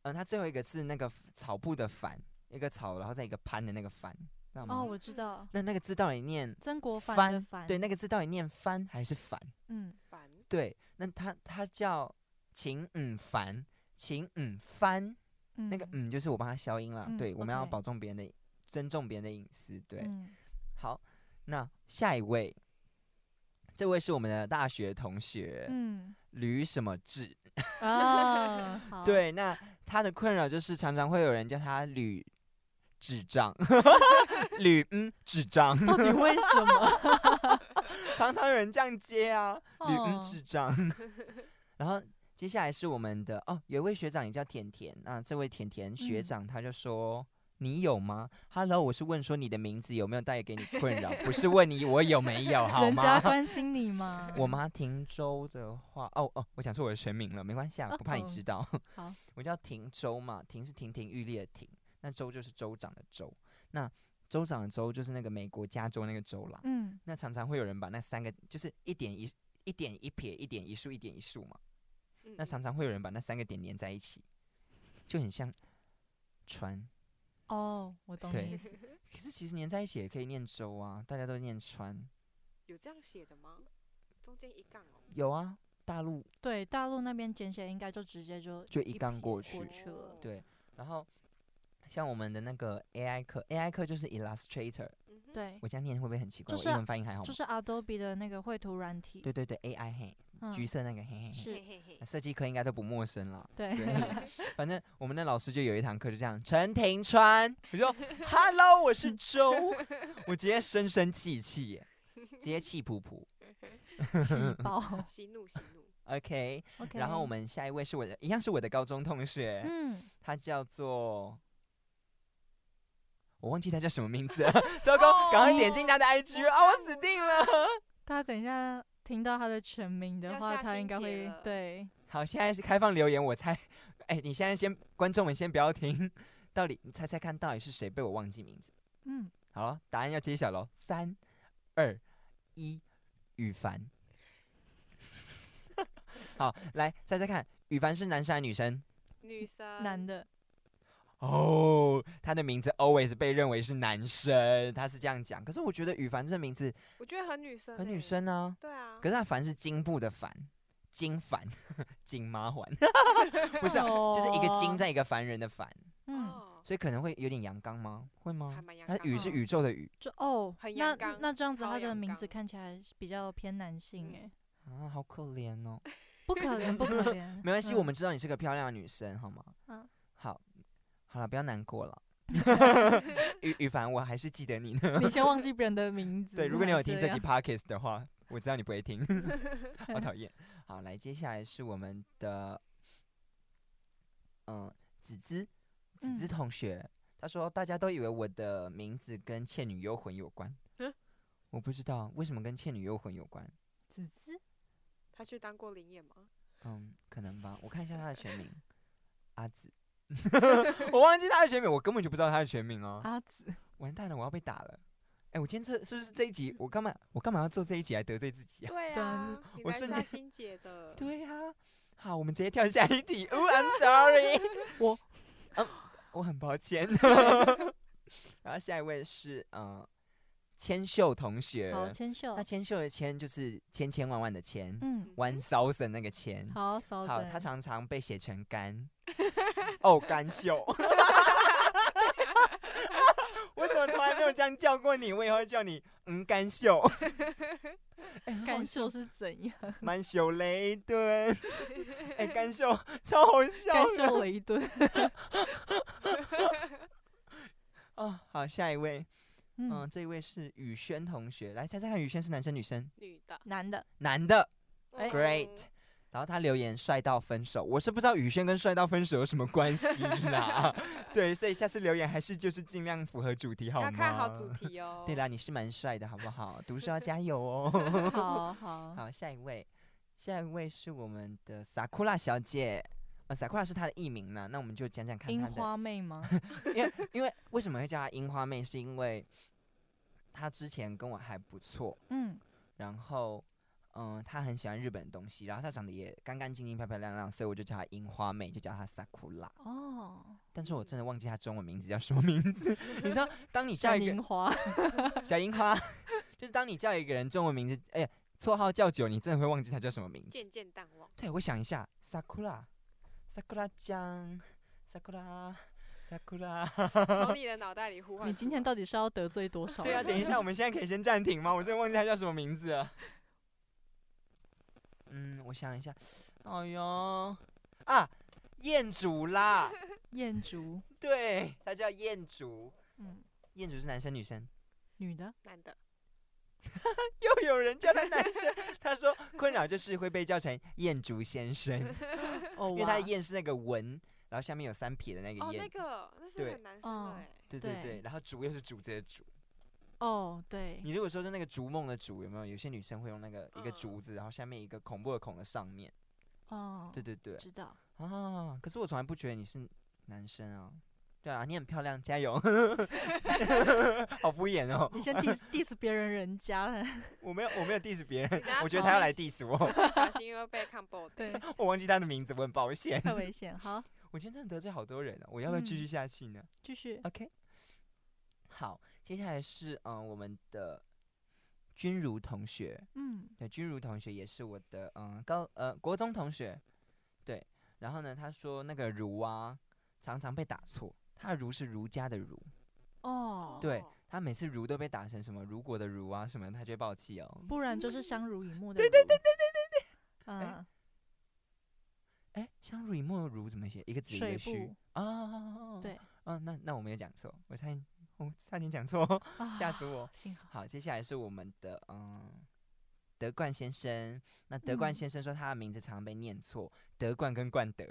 Speaker 1: 嗯，他最后一个是那个草部的凡，一个草，然后再一个潘的那个凡，知道吗？
Speaker 2: 哦，我知道
Speaker 1: 那那个字到底念
Speaker 2: 曾国藩的
Speaker 1: 藩
Speaker 2: 藩，
Speaker 1: 对，，那个字到底念翻还是反？
Speaker 2: 嗯，
Speaker 3: 烦
Speaker 1: 对，那他他叫秦嗯凡，秦嗯翻，那个嗯就是我帮他消音了，
Speaker 2: 嗯
Speaker 1: 对，我们要
Speaker 2: ，OK
Speaker 1: 保重别人的，尊重别人的隐私，对，
Speaker 2: 嗯
Speaker 1: 好，那下一位，这位是我们的大学同学、
Speaker 2: 嗯
Speaker 1: 吕什么志。
Speaker 2: 嗯啊，好，
Speaker 1: 对，那他的困扰就是常常会有人叫他吕智 障，吕嗯智障，
Speaker 2: 到底为什么？
Speaker 1: 常常有人这样接啊，吕嗯
Speaker 2: 哦
Speaker 1: 智 障。 然后接下来是我们的哦，有一位学长也叫甜甜啊，这位甜甜学
Speaker 2: 嗯
Speaker 1: 长他就说。你有吗？Hello，我是问说你的名字有没有带给你困扰， 不是问你我有没有， 好
Speaker 2: 人家
Speaker 1: 吗？
Speaker 2: 关心你吗？
Speaker 1: 我妈停州的话，哦哦，我讲错我的神明了，没关系啊，不怕你
Speaker 2: 哦
Speaker 1: 知道。
Speaker 2: 好，
Speaker 1: 我叫停州嘛，停是亭亭玉立的亭，那州就是州长的州，那州长的州就是那个美国加州那个州啦。
Speaker 2: 嗯，
Speaker 1: 那常常会有人把那三个就是一点一一点一撇一点一竖一点一竖嘛，
Speaker 3: 嗯
Speaker 1: 那常常会有人把那三个点连在一起，就很像川。
Speaker 2: 哦，我懂
Speaker 1: 对
Speaker 2: 你意思，
Speaker 1: 可是其实连在一起也可以念州啊，大家都念川。
Speaker 3: 有这样写的吗？中间一杠哦，
Speaker 1: 有啊，大陆
Speaker 2: 对，大陆那边简写应该就直接就
Speaker 1: 就一杠
Speaker 2: 撇
Speaker 1: 过
Speaker 2: 过
Speaker 1: 去
Speaker 2: 去了，
Speaker 3: 哦
Speaker 1: 对，然后像我们的那个 AI 课，AI 课就是 Illustrator，
Speaker 3: 嗯哼，
Speaker 2: 对，
Speaker 1: 我这样念会不会很奇怪？
Speaker 2: 就
Speaker 1: 我
Speaker 2: 是啊
Speaker 1: 英文发音还好吗？
Speaker 2: 就是 Adobe 的那个绘图软体，
Speaker 1: 对对对，AI 嘿，
Speaker 2: 嗯，
Speaker 1: 橘色那个嘿嘿嘿。
Speaker 2: 是
Speaker 3: 嘿嘿嘿，
Speaker 1: 设计课应该都不陌生了。
Speaker 2: 对，
Speaker 1: 对，反正我们那老师就有一堂课就这样，陈庭川， 我就 Hello，我是 周，我直接深深气气耶，直接气噗噗。
Speaker 2: 气 爆
Speaker 3: 息怒息怒，
Speaker 1: OK，
Speaker 2: ，OK，
Speaker 1: 然后我们下一位是我的，一样是我的高中同学，
Speaker 2: 嗯，
Speaker 1: 他叫做。我忘记他叫什么名字 了，糟糕！赶快点进他的 IG 啊！我死定了。
Speaker 2: 大家等一下听到他的全名的
Speaker 3: 要
Speaker 2: 话，
Speaker 3: 下
Speaker 2: 他
Speaker 3: 心
Speaker 2: 应该
Speaker 3: 结
Speaker 2: 会
Speaker 3: 了
Speaker 2: 对
Speaker 1: 好，现在是开放留言，我猜，哎、你现在先，观众们先不要听，到底你猜猜看，到底是谁被我忘记名字？
Speaker 2: 嗯，
Speaker 1: 好了，答案要揭晓喽，三、二、一，羽凡。 好，来猜猜看，羽凡是男生还是女生？
Speaker 3: 女生
Speaker 2: 男的，
Speaker 1: 哦，他的名字 always 被认为是男生，他是这样讲。可是我觉得羽凡这名字
Speaker 3: 我觉得很女生、欸，
Speaker 1: 很女，生啊，
Speaker 3: 对啊，
Speaker 1: 可是他凡是金布的凡，金凡， 金妈环， 不是啊、就是一个金
Speaker 2: 哦
Speaker 1: 在一个凡人的凡。
Speaker 2: 嗯，
Speaker 3: 哦，
Speaker 1: 所以可能会有点阳刚吗？会
Speaker 3: 还
Speaker 1: 吗？
Speaker 3: 蛮阳
Speaker 1: 它
Speaker 3: 刚啊
Speaker 1: 宇嗯是
Speaker 3: 的
Speaker 1: 宇宙的宇
Speaker 2: 就哦，
Speaker 3: 很
Speaker 2: 那
Speaker 3: 阳刚
Speaker 2: 那这样子
Speaker 3: 超
Speaker 2: 他的
Speaker 3: 阳
Speaker 2: 名字
Speaker 3: 刚嗯
Speaker 2: 看起来是比较偏男性哎，
Speaker 1: 啊，好可怜哦。
Speaker 2: 不可 怜，不可怜，
Speaker 1: 没关系，我
Speaker 2: 嗯
Speaker 1: 们知道你是个漂亮的女生，好吗？
Speaker 2: 嗯
Speaker 1: 好，好了，不要难过 了。羽羽凡，我还是记得你呢。
Speaker 2: 你先忘记别人的名字。
Speaker 1: 对，如果你有听
Speaker 2: 真
Speaker 1: 这
Speaker 2: 的
Speaker 1: 集
Speaker 2: 是啊
Speaker 1: podcast 的话，我知道你不会 听，好讨厌。好，来，接下来是我们的，嗯、子子，子子
Speaker 2: 嗯
Speaker 1: 同学，他说大家都以为我的名字跟《倩女幽魂》有关，
Speaker 3: 嗯
Speaker 1: 我不知道为什么跟《倩女幽魂》有关。
Speaker 2: 这样子子
Speaker 3: 他去当过灵 眼吗？
Speaker 1: 嗯，可能吧。我看一下他的全名，阿紫。 我忘记他的全名，我根本就不知道他的全名哦。
Speaker 2: 阿紫，
Speaker 1: 完蛋了，我要被打了。哎、我今天这是不是这一集？我干嘛？我干嘛要做这一集来得罪自己啊？
Speaker 3: 对啊，你
Speaker 1: 我
Speaker 3: 来
Speaker 1: 瞬
Speaker 3: 下
Speaker 1: 间
Speaker 3: 心姐的，
Speaker 1: 对啊。好，我们直接跳下一题。哦，I'm sorry，
Speaker 2: 我
Speaker 1: 嗯，我很抱歉。 然后下一位是嗯、呃千秀同学。
Speaker 2: 好千秀
Speaker 1: 那，千秀的千就是千千万万的千、
Speaker 2: 嗯，
Speaker 1: o n e thousand 那个千。
Speaker 2: 好嫂
Speaker 1: 好，
Speaker 2: 子，
Speaker 1: 他常常被写成 干，哦，干秀。我怎么从来没有这样叫过你？我以后会叫你嗯干秀，
Speaker 2: 干秀是怎样？
Speaker 1: 蛮秀雷顿。哎、干秀超好笑
Speaker 2: 干
Speaker 1: 的
Speaker 2: 秀 雷顿，
Speaker 1: 哦。好，下一位，嗯，
Speaker 2: 嗯，
Speaker 1: 这一位是宇轩同学，来猜猜看，宇轩是男生女生？
Speaker 3: 女的
Speaker 2: 男的，
Speaker 1: 男的。
Speaker 2: 哎
Speaker 3: 嗯
Speaker 1: Great 然后他留言帅到分手，我是不知道宇轩跟帅到分手有什么关系啦。 对，所以下次留言还是就是尽量符合主题好吗？
Speaker 3: 要看好主题哦。
Speaker 1: 对啦，你是蛮帅的，好不好？读书要加油哦。
Speaker 2: 好好，
Speaker 1: 好，下一位，下一位是我们的萨库拉小姐。呃，萨库拉是她的艺名呢，那我们就讲讲看
Speaker 2: 樱
Speaker 1: 她的，
Speaker 2: 花妹吗？
Speaker 1: 因为因为为什么会叫她樱花妹，是因为她之前跟我还不错，
Speaker 2: 嗯，
Speaker 1: 然后嗯，她很喜欢日本的东西，然后她长得也干干净净、漂漂亮亮，所以我就叫她樱花妹，就叫她萨库拉。
Speaker 2: 哦，
Speaker 1: 但是我真的忘记她中文名字叫什么名字， 你知道，当你
Speaker 2: 小
Speaker 1: 叫一个
Speaker 2: 樱 花，
Speaker 1: 小樱花， 就是当你叫一个人中文名字，哎、呀，绰号叫久，你真的会忘记他叫什么名字。
Speaker 3: 渐渐淡 忘。
Speaker 1: 对，我想一下，sakura，sakura 酱，sakura，sakura。
Speaker 3: 从你的脑袋里呼唤出来。
Speaker 2: 你今天到底是要得罪多少？
Speaker 1: 对啊，等一下，我们现在可以先暂停吗？我真的忘记他叫什么名字了。嗯，我想一下，哎呦，啊，燕竹啦，
Speaker 2: 燕竹，
Speaker 1: 对，他叫燕竹。
Speaker 2: 嗯，
Speaker 1: 燕竹是男生女生？
Speaker 2: 女的，
Speaker 3: 男的，
Speaker 1: 又有人叫他男生，他说困扰就是会被叫成燕竹先生。
Speaker 2: 哦
Speaker 1: 因为它
Speaker 2: 哇
Speaker 1: 的，燕是那个文，然后下面有三撇的那
Speaker 3: 哦
Speaker 1: 个，燕，
Speaker 3: 那个那是
Speaker 1: 对
Speaker 3: 很男生
Speaker 2: 嗯
Speaker 3: 哎，
Speaker 1: 对对
Speaker 2: 对
Speaker 1: 对，然后竹又是竹子的竹。
Speaker 2: 哦对，
Speaker 1: 你如果说是那个逐梦的逐，有没有？有些女生会用那个一个
Speaker 3: 嗯
Speaker 1: 竹字，然后下面一个恐怖的恐的上面。
Speaker 2: 哦，
Speaker 1: 对对对，
Speaker 2: 知道，
Speaker 1: 啊，可是我从来不觉得你是男生啊。对啊，你很漂亮， 加油！好敷衍哦，
Speaker 2: 你先 diss diss 别人人家，
Speaker 1: 我没有我没有 diss 别人
Speaker 3: 等下，
Speaker 1: 我觉得
Speaker 3: 跑
Speaker 1: 他要
Speaker 3: 去
Speaker 1: 来 diss 我，
Speaker 3: 不小心又被看爆的。
Speaker 2: 对，
Speaker 1: 我忘记他的名字，我很抱 歉。
Speaker 2: 太危险。好，
Speaker 1: 我今天真的得罪好多人了、哦我要不要继续
Speaker 2: 嗯
Speaker 1: 下去呢？
Speaker 2: 继续。
Speaker 1: OK，好，接下来是嗯、呃我们的君如同学，
Speaker 2: 嗯，
Speaker 1: 对，君如同学也是我的嗯、呃高呃国中同学，对，然后呢，他说那个如啊，常常被打错，他的如是儒家的儒，
Speaker 2: 哦，
Speaker 1: 对
Speaker 3: 哦
Speaker 1: 他每次如都被打成什么如果的如啊什么，他就会爆气哦。
Speaker 2: 不然就是相濡以沫的。对对对对对对对。嗯，
Speaker 1: 哎，相濡以沫的如怎么写？一个子一
Speaker 2: 水
Speaker 1: 个虚
Speaker 2: 部
Speaker 1: 啊，哦
Speaker 2: 对，
Speaker 1: 嗯、那那我没有讲错，我差点我差点讲错，哦 吓
Speaker 2: 啊
Speaker 1: 死我。
Speaker 2: 幸好。
Speaker 1: 好，接下来是我们的嗯德冠先生。那德冠
Speaker 2: 嗯
Speaker 1: 先生说他的名字常常被念错，德冠跟冠德，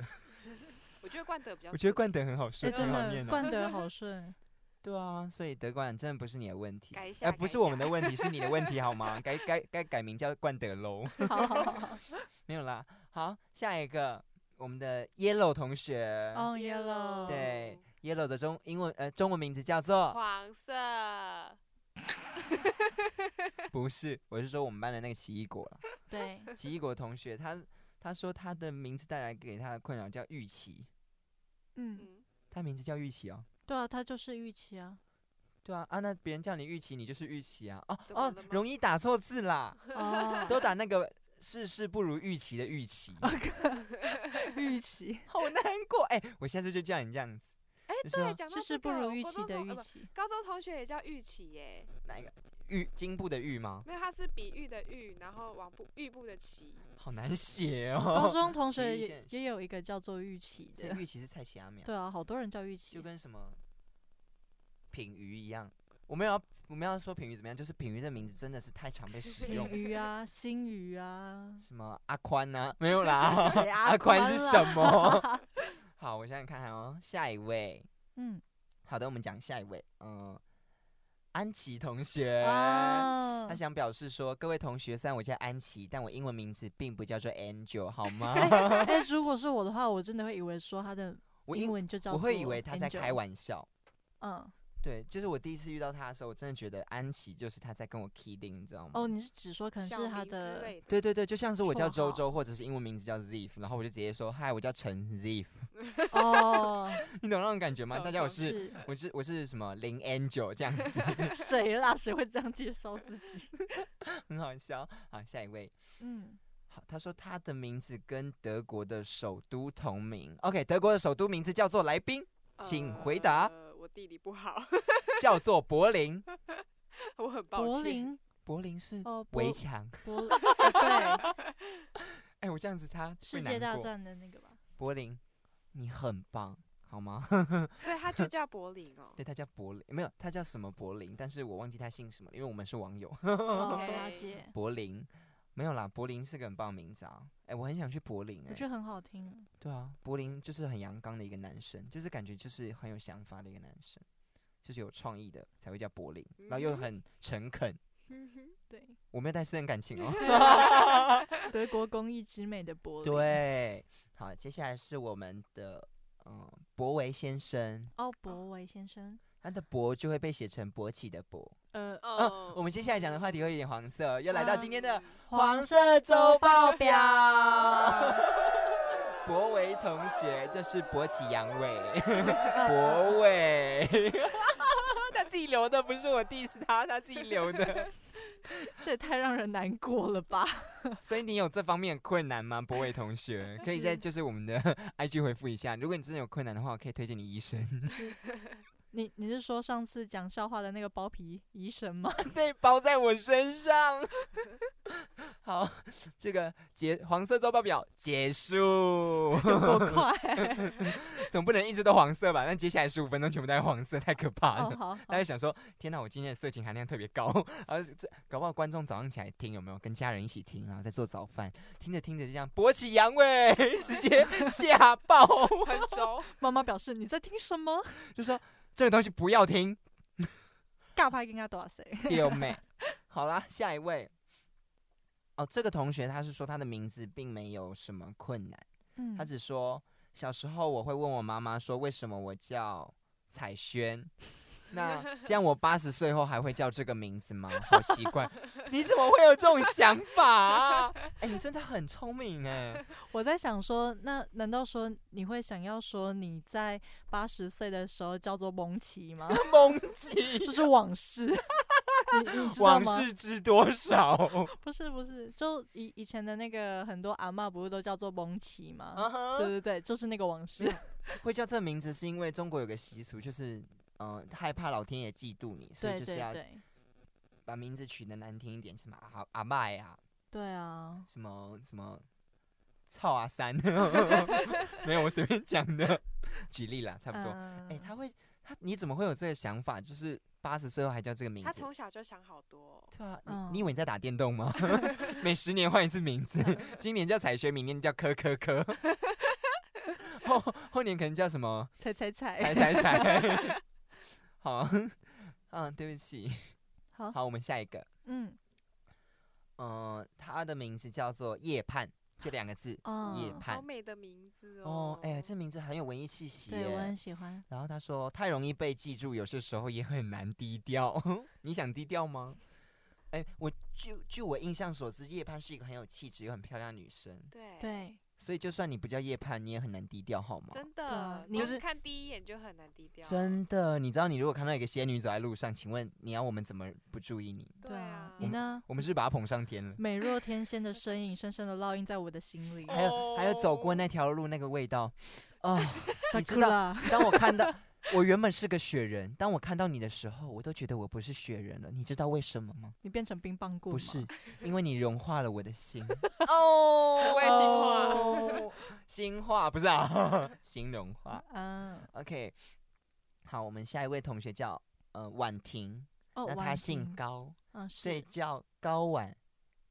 Speaker 3: 我觉得冠德比较
Speaker 1: 我觉得冠德很好
Speaker 2: 哎，
Speaker 1: 顺，
Speaker 2: 真
Speaker 1: 很好念
Speaker 2: 的，
Speaker 1: 哦。
Speaker 2: 冠德好 顺。
Speaker 1: 对啊，所以德冠真的不是你的问题，
Speaker 3: 改一
Speaker 1: 哎、
Speaker 3: 下
Speaker 1: 不
Speaker 3: 改
Speaker 1: 是
Speaker 3: 一
Speaker 1: 我们
Speaker 3: 下
Speaker 1: 的问题，是你的问 题好吗？该该该改名叫冠德喽，
Speaker 2: 好好
Speaker 1: 嗯
Speaker 2: 好。
Speaker 1: 没有啦。好，下一个我们的 Yellow 同学，
Speaker 2: 哦，yellow。
Speaker 1: 对 Yellow 的中英文呃中文名字叫做
Speaker 3: 黄色，嗯
Speaker 1: 不是，我是说我们班的那个奇异果啦。
Speaker 2: 对，
Speaker 1: 奇异果同学，他他说他的名字带来给他的困扰叫玉琪，
Speaker 2: 嗯，
Speaker 3: 嗯，
Speaker 1: 他名字叫玉琪哦。
Speaker 2: 对啊，他就是玉琪 啊。
Speaker 1: 对啊，啊，那别人叫你玉琪，你就是玉琪啊。哦
Speaker 3: 怎么
Speaker 1: 哦
Speaker 3: 了吗，
Speaker 1: 容易打错字 啦，
Speaker 2: 哦，
Speaker 1: 都打那个事事不如预期的预期，
Speaker 2: 玉琪，
Speaker 1: 好难过。哎、我下次就叫你这样子。
Speaker 3: 哎，
Speaker 1: 你
Speaker 3: 对，
Speaker 1: 说
Speaker 3: 讲到
Speaker 2: 事
Speaker 3: 这
Speaker 2: 事不
Speaker 3: 个
Speaker 2: 如
Speaker 3: 我
Speaker 2: 预
Speaker 3: 国
Speaker 2: 期
Speaker 3: 中
Speaker 2: 的
Speaker 3: 同
Speaker 2: 预
Speaker 3: 呃不
Speaker 2: 期。
Speaker 3: 高中同学也叫玉琪耶，
Speaker 1: 哪一个玉金布的玉吗？
Speaker 3: 没有，他是比喻的喻，然后往部玉部的琪，
Speaker 1: 好难写
Speaker 2: 高
Speaker 1: 哦。
Speaker 2: 中同
Speaker 1: 奇
Speaker 2: 学
Speaker 1: 异
Speaker 2: 也
Speaker 1: 现
Speaker 2: 也有一个叫做玉琪
Speaker 1: 所以
Speaker 2: 的。
Speaker 1: 玉琪是蔡奇阿苗，
Speaker 2: 对啊，好多人叫玉琪
Speaker 1: 就。跟什么品鱼一样。我们要我们要说品鱼怎么样，就是品鱼这名字真的是太常被使
Speaker 2: 平
Speaker 1: 用。
Speaker 2: 鱼啊， 星鱼 啊，，
Speaker 1: 什么阿宽呐、没有啦
Speaker 3: 哎
Speaker 2: 谁阿
Speaker 1: 啊阿宽
Speaker 2: 宽啊
Speaker 1: 是
Speaker 2: 啦
Speaker 1: 什 么？好，我想想看哦，下一位。
Speaker 2: 嗯
Speaker 1: 好的，我们讲下一位，嗯，安琪同学，
Speaker 2: 啊
Speaker 1: 哎他，想表示说，各位同学，虽然我叫安琪，但我英文名字并不叫做 Angel，好吗？
Speaker 2: 哎，如果是我的话，我真的会以为说他的
Speaker 1: 我
Speaker 2: 英
Speaker 1: 英
Speaker 2: 文就叫
Speaker 1: 我
Speaker 2: 做
Speaker 1: 会以为他在
Speaker 2: angel
Speaker 1: 开玩笑。
Speaker 2: 嗯，
Speaker 1: 对，就是我第一次遇到他的时候，我真的觉得安琪就是他在跟我 kidding，你知道吗？
Speaker 2: 哦，你是指说可能
Speaker 3: 小
Speaker 2: 是他
Speaker 3: 明之
Speaker 2: 的
Speaker 3: 类的，
Speaker 1: 对对对，就像是我叫
Speaker 2: 绰
Speaker 1: 周
Speaker 2: 号
Speaker 1: 周，或者是英文名字叫 Zeef，然后我就直接说嗨，我叫陈 Zeef，
Speaker 2: 哦，
Speaker 1: 你懂那种感觉吗？
Speaker 3: 懂
Speaker 1: 大家我
Speaker 3: 懂
Speaker 1: 是
Speaker 2: 是
Speaker 1: 我是我是什么林 Angel 这样子，
Speaker 2: 谁啦？谁会这样介绍自 己？
Speaker 1: 很好笑。好，下一位。
Speaker 2: 嗯，
Speaker 1: 好，他说他的名字跟德国的首都同名。OK，德国的首都名字叫做莱宾，请回答
Speaker 3: 呃我地理不好，
Speaker 1: 叫做柏林。
Speaker 3: 我很抱
Speaker 2: 柏
Speaker 3: 歉。
Speaker 2: 林
Speaker 1: 柏林是
Speaker 2: 哦，柏
Speaker 1: 围墙。
Speaker 2: 柏 哦对，
Speaker 1: 哎、我这样子他会
Speaker 2: 世界
Speaker 1: 难
Speaker 2: 大
Speaker 1: 过。
Speaker 2: 战的那个吧？
Speaker 1: 柏林，你很棒，好吗？
Speaker 3: 所以他就叫柏林哦。
Speaker 1: 对，他叫柏林，没有，他叫什么柏林，但是我忘记他姓什么了，因为我们是网友。
Speaker 2: 哦，
Speaker 3: OK
Speaker 2: 了解。
Speaker 1: 柏林，没有啦，柏林是个很棒的名字啊。哎、我很想去柏林、
Speaker 2: 我觉
Speaker 1: 哎，
Speaker 2: 得很好听。
Speaker 1: 对啊，柏林就是很阳刚的一个男生，就是感觉就是很有想法的一个男生，就是有创意的才会叫柏林，然后又
Speaker 3: 嗯哼
Speaker 1: 很诚恳。
Speaker 3: 嗯哼
Speaker 2: 对，
Speaker 1: 我没有带私人感情哦。
Speaker 2: 德国工艺之美的柏林。，
Speaker 1: 对，好，接下来是我们的嗯博维先生，
Speaker 2: 奥博哦维先生，
Speaker 1: 他的博就会被写成勃起的勃。
Speaker 2: 呃，
Speaker 1: 啊，我
Speaker 3: 哦，
Speaker 1: 们接下来讲的话题会有点黄色，哦又来到今天的
Speaker 3: 嗯
Speaker 1: 黄色周报表。
Speaker 2: 啊
Speaker 1: 博维同学，这是勃起阳痿，博伟， 他自己留的，不是我 diss 他，他自己留的。
Speaker 2: 这也太让人难过了吧？
Speaker 1: 所以你有这方面的困难吗，博伟同学？可以在
Speaker 2: 是
Speaker 1: 就是我们的 IG 回复一下，如果你真的有困难的话，我可以推荐你医生，
Speaker 2: 你你是说上次讲笑话的那个包皮医生吗？
Speaker 1: 对，包在我身上。 好，这个结黄色周报表结束。
Speaker 2: 有多快？
Speaker 1: 总不能一直都黄色吧？但接下来十五分钟全部都在黄色，太可怕
Speaker 2: 哦，
Speaker 1: 了。
Speaker 2: 好，
Speaker 1: 大
Speaker 2: 好
Speaker 1: 家想说，天哪，我今天的色情含量特别高， 然后这搞不好观众早上起来听有没有？跟家人一起听，然后在做早饭，听着听着就这样勃起阳痿， 直接吓爆，
Speaker 3: 很轴，
Speaker 2: 妈妈表示你在听什么？
Speaker 1: 就说这个东西不要听，
Speaker 2: 尬拍跟他多少岁？
Speaker 1: 丢妹。好啦，下一位。哦，这个同学他是说他的名字并没有什么困难，
Speaker 2: 嗯
Speaker 1: 他只说小时候我会问我妈妈说为什么我叫彩 轩，那这样我八十岁后还会叫这个名字吗？好奇 怪，你怎么会有这种想法、啊？哎、你真的很聪明哎、
Speaker 2: 我在想说，那难道说你会想要说你在八十岁的时候叫做蒙奇吗？
Speaker 1: 蒙
Speaker 2: 这
Speaker 1: 奇，
Speaker 2: 是往事， 你你知道
Speaker 1: 往
Speaker 2: 吗？
Speaker 1: 事知多 少？
Speaker 2: 不是不是，就以以前的那个很多阿嬷不是都叫做蒙奇吗？
Speaker 1: 啊哈
Speaker 2: 对对对，就是那个往事。
Speaker 1: 会叫这名字是因为中国有个习俗，就是嗯、呃害怕老天爷嫉妒你，所以
Speaker 2: 对
Speaker 1: 就
Speaker 2: 对
Speaker 1: 是要
Speaker 2: 对，
Speaker 1: 把名字取得难听一点，什么阿阿麦啊，
Speaker 2: 对啊，
Speaker 1: 什么什么操啊 三，没有，我随便讲的，举例啦，差不多。哎、
Speaker 2: 嗯
Speaker 1: 他会他你怎么会有这个想法？就是八十岁后还叫这个名
Speaker 3: 他
Speaker 1: 字？
Speaker 3: 从小就想好多哦，
Speaker 1: 对啊，你、
Speaker 2: 嗯
Speaker 1: 你以为你在打电动 吗？每十年换一次名字，
Speaker 2: 嗯
Speaker 1: 今年叫彩轩，明年叫科科 科，后后年可能叫什么
Speaker 2: 猜猜
Speaker 1: 彩彩
Speaker 2: 猜，
Speaker 1: 彩。 好，嗯，对不起，
Speaker 2: 好，
Speaker 1: 好，我们下一个，
Speaker 2: 嗯
Speaker 1: 嗯、他的名字叫做夜盼，就两个字，夜
Speaker 2: 嗯，
Speaker 1: 盼
Speaker 3: 好。美的名字
Speaker 1: 哦
Speaker 3: 哦，，
Speaker 1: 哎、这名字很有文艺气息
Speaker 2: 对我
Speaker 1: 耶
Speaker 2: 很。喜欢。
Speaker 1: 然后他说，太容易被记住，有些时候也很难低调。 你想低调吗？哎、我据据我印象所知，叶盼是一个很有气质又很漂亮的女生，
Speaker 3: 对，
Speaker 2: 对，
Speaker 1: 所以就算你不叫叶盼，你也很难低调，好吗？
Speaker 3: 真
Speaker 2: 对
Speaker 3: 的
Speaker 2: 啊，
Speaker 3: 你
Speaker 2: 就是
Speaker 3: 看第一眼就很难低调，
Speaker 1: 真
Speaker 2: 哦
Speaker 1: 的，你知道你如果看到一个仙女走在路上，请问你要我们怎么不注意你？
Speaker 3: 对啊，
Speaker 1: 嗯
Speaker 2: 你呢？
Speaker 1: 我们是不是把她捧上天了。
Speaker 2: 美若天仙的身影深深的烙印在我的心里。
Speaker 1: 还有还有走过
Speaker 3: 哦
Speaker 1: 那条路那个味道， 啊、你知道
Speaker 2: Sakura
Speaker 1: 当我看到我原本是个雪人，当我看到你的时候，我都觉得我不是雪人了。你知道为什么吗？
Speaker 2: 你变成冰棒棍
Speaker 1: 不
Speaker 2: 吗
Speaker 1: 是，因为你融化了我的心。哦，
Speaker 3: 不会心话
Speaker 1: 哦， 心话不是啊， 心融化。
Speaker 2: 嗯，
Speaker 1: OK，好，我们下一位同学叫呃婉婷，
Speaker 2: 哦，
Speaker 1: 那她
Speaker 2: 婉
Speaker 1: 姓
Speaker 2: 婷，
Speaker 1: 高，
Speaker 2: 嗯，
Speaker 1: 所以
Speaker 2: 是，
Speaker 1: 叫高婉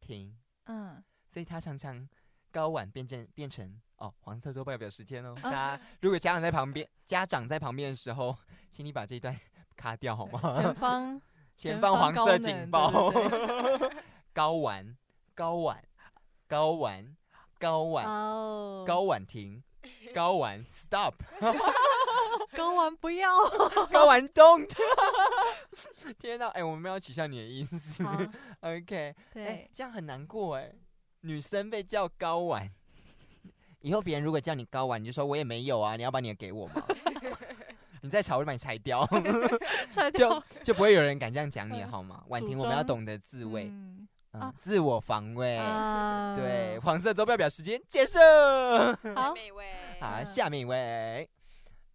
Speaker 1: 婷，
Speaker 2: 嗯，
Speaker 1: 所以她常常高婉变成变成。哦，黄色周报表时间哦，大
Speaker 2: 啊
Speaker 1: 家如果家长在旁边，家长在旁边的时好请你把这一段卡掉好吗？
Speaker 2: 前方
Speaker 1: 前
Speaker 2: 前
Speaker 1: 方
Speaker 2: 方
Speaker 1: 黄
Speaker 2: 高
Speaker 1: 色
Speaker 2: 能
Speaker 1: 警
Speaker 2: 对对
Speaker 1: 报， 高玩高玩高玩高玩
Speaker 2: 哦，
Speaker 1: 高玩 停，高玩 stop，
Speaker 2: 高玩 不要，
Speaker 1: 高玩 don't。天哪，哎、我们没有取笑你的意思。
Speaker 2: 好
Speaker 1: OK，哎、
Speaker 2: 哦对，
Speaker 1: 这样很难过哎、女生被叫高玩。 以后别人如果叫你高玩，你就说我也没有啊，你要把你的给我吗？ 你再吵，我就把你拆 掉，
Speaker 2: 拆
Speaker 1: 哎就
Speaker 2: 掉
Speaker 1: 就不会有人敢这样讲你了
Speaker 2: 嗯
Speaker 1: 好吗？婉
Speaker 2: 组
Speaker 1: 婷，我们要
Speaker 2: 装
Speaker 1: 懂得自卫。
Speaker 2: 嗯
Speaker 1: 嗯
Speaker 2: 啊，
Speaker 1: 自我防卫。
Speaker 2: 啊，
Speaker 1: 对，，黄色周报表时间结 束。
Speaker 2: 好，
Speaker 3: 美味，
Speaker 1: 好，
Speaker 2: 嗯
Speaker 1: 下面一位，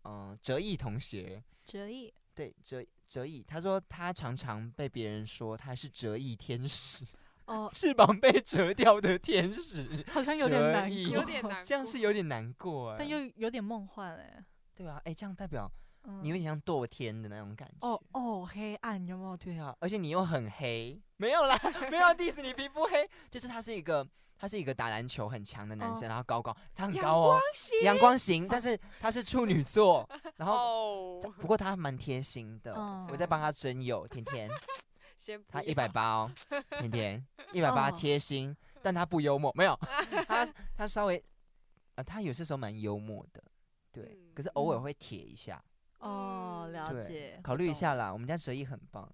Speaker 1: 嗯，哲毅同学，
Speaker 2: 哲毅，
Speaker 1: 对，哲哲毅，他说他常常被别人说他是折翼天使，
Speaker 2: 哦，
Speaker 1: 翅膀被折掉的天使，
Speaker 2: 好像有点
Speaker 1: 哲
Speaker 2: 难
Speaker 1: 毅
Speaker 2: 过，
Speaker 3: 有点难 过，啊
Speaker 1: 这样是有点难过哎。
Speaker 2: 但又有点梦幻哎，
Speaker 1: 对啊，哎，这样代表
Speaker 2: 嗯
Speaker 1: 你有点像堕天的那种感觉。
Speaker 2: 哦哦，黑暗有没有？
Speaker 1: 对啊，而且你又很黑，没 有啦，没有 diss 你皮肤黑，就是他是一个他是一个打篮球很强的男生，
Speaker 2: 哦
Speaker 1: 然后高高，他很
Speaker 3: 阳
Speaker 1: 高哦
Speaker 3: 光，型
Speaker 1: 阳光型，但是他是处女 座，然后
Speaker 3: 哦
Speaker 1: 他，不过他蛮贴心的，
Speaker 2: 嗯
Speaker 1: 我在帮他征友，天天
Speaker 3: 先不
Speaker 1: 他
Speaker 3: 要
Speaker 1: 一百，八哦，天天一百八
Speaker 2: 哦
Speaker 1: 贴心，但他不幽默，没有他他稍微啊他有些时候蛮幽默的，对，可是偶尔
Speaker 2: 嗯
Speaker 1: 会铁一下。
Speaker 2: 哦，
Speaker 3: 嗯
Speaker 2: 了
Speaker 1: 对
Speaker 2: 解，
Speaker 1: 考虑一
Speaker 2: 懂。
Speaker 1: 下啦，我们家哲毅很棒，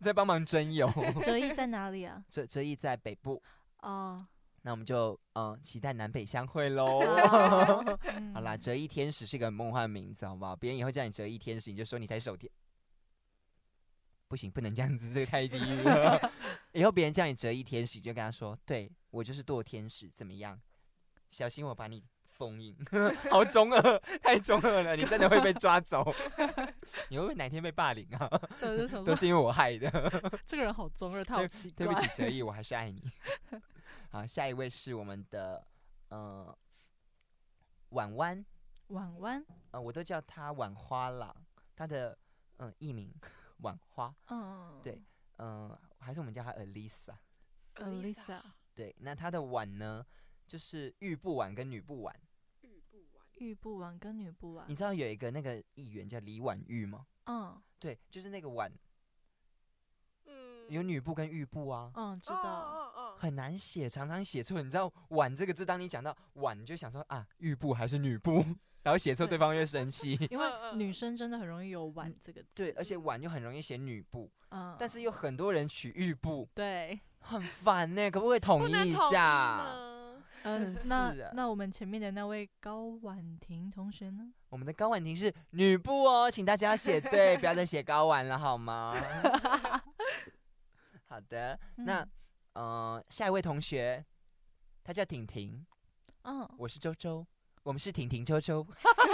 Speaker 1: 在帮忙征友。
Speaker 2: 折翼在哪里啊？
Speaker 1: 哲哲毅在北部，
Speaker 2: 哦，
Speaker 1: 那我们就嗯、呃期待南北相会喽。
Speaker 2: 哦
Speaker 1: 好啦，
Speaker 2: 嗯
Speaker 1: 哲毅天使是一个很梦幻的名字，好不好？别人以后叫你哲毅天使，你就说你才手天。不行，不能这样子，这个太低俗了。以后别人叫你哲毅天使，你就跟他说：“对我就是堕天使，怎么样？小心我把你封印。” 好中二，太中二了，你真的会被抓走。你会不会哪天被霸凌啊？
Speaker 2: 对，我就想
Speaker 1: 都
Speaker 2: 说
Speaker 1: 是因为我害的。
Speaker 2: 这个人好中二，他好奇
Speaker 1: 对
Speaker 2: 怪
Speaker 1: 不。起，哲毅，我还是爱你。好，下一位是我们的呃婉婉，
Speaker 2: 婉婉，
Speaker 1: 呃，我都叫她婉花啦，她的嗯、艺名婉花，
Speaker 2: 嗯，
Speaker 1: 对嗯、还是我们叫她 Elisa。
Speaker 2: 呃，Elisa，
Speaker 1: 对，那她的婉呢，就是玉不婉跟女不婉。
Speaker 3: 玉不完，
Speaker 2: 玉不完跟女不完
Speaker 1: 你，知道有一个那个议员叫李婉玉吗？
Speaker 2: 嗯
Speaker 1: 对，就是那个婉，
Speaker 3: 嗯
Speaker 1: 有女部跟玉部啊。
Speaker 2: 嗯，知
Speaker 3: 哦
Speaker 2: 道，
Speaker 3: 哦哦，
Speaker 1: 很难写，常常写错。你知道“婉”这个字，当你讲到“婉”，你就想说啊，玉部还是女部， 然后写错，对
Speaker 2: 对
Speaker 1: 方又生气。
Speaker 2: 因
Speaker 3: 嗯
Speaker 2: 为
Speaker 3: 嗯
Speaker 2: 女
Speaker 3: 嗯
Speaker 2: 生真的很容易有婉这个字，
Speaker 1: 对，而且“婉”又很容易写女部，
Speaker 2: 嗯，
Speaker 1: 嗯但是又很多人取玉部，
Speaker 2: 对，
Speaker 1: 很烦呢、可不可以统
Speaker 3: 不能
Speaker 1: 一一
Speaker 3: 嗯同意
Speaker 1: 下？
Speaker 3: 吗
Speaker 2: 嗯
Speaker 1: 真，
Speaker 2: 那
Speaker 1: 是啊
Speaker 2: 那我们前面的那位高婉婷同学呢？
Speaker 1: 我们的高婉婷是女部哦，请大家写对，不要再写高婉了，好吗？ 好的，那
Speaker 2: 嗯
Speaker 1: 呃，下一位同学，她叫婷婷，
Speaker 2: 嗯
Speaker 1: 我是周周，我们是婷婷周周，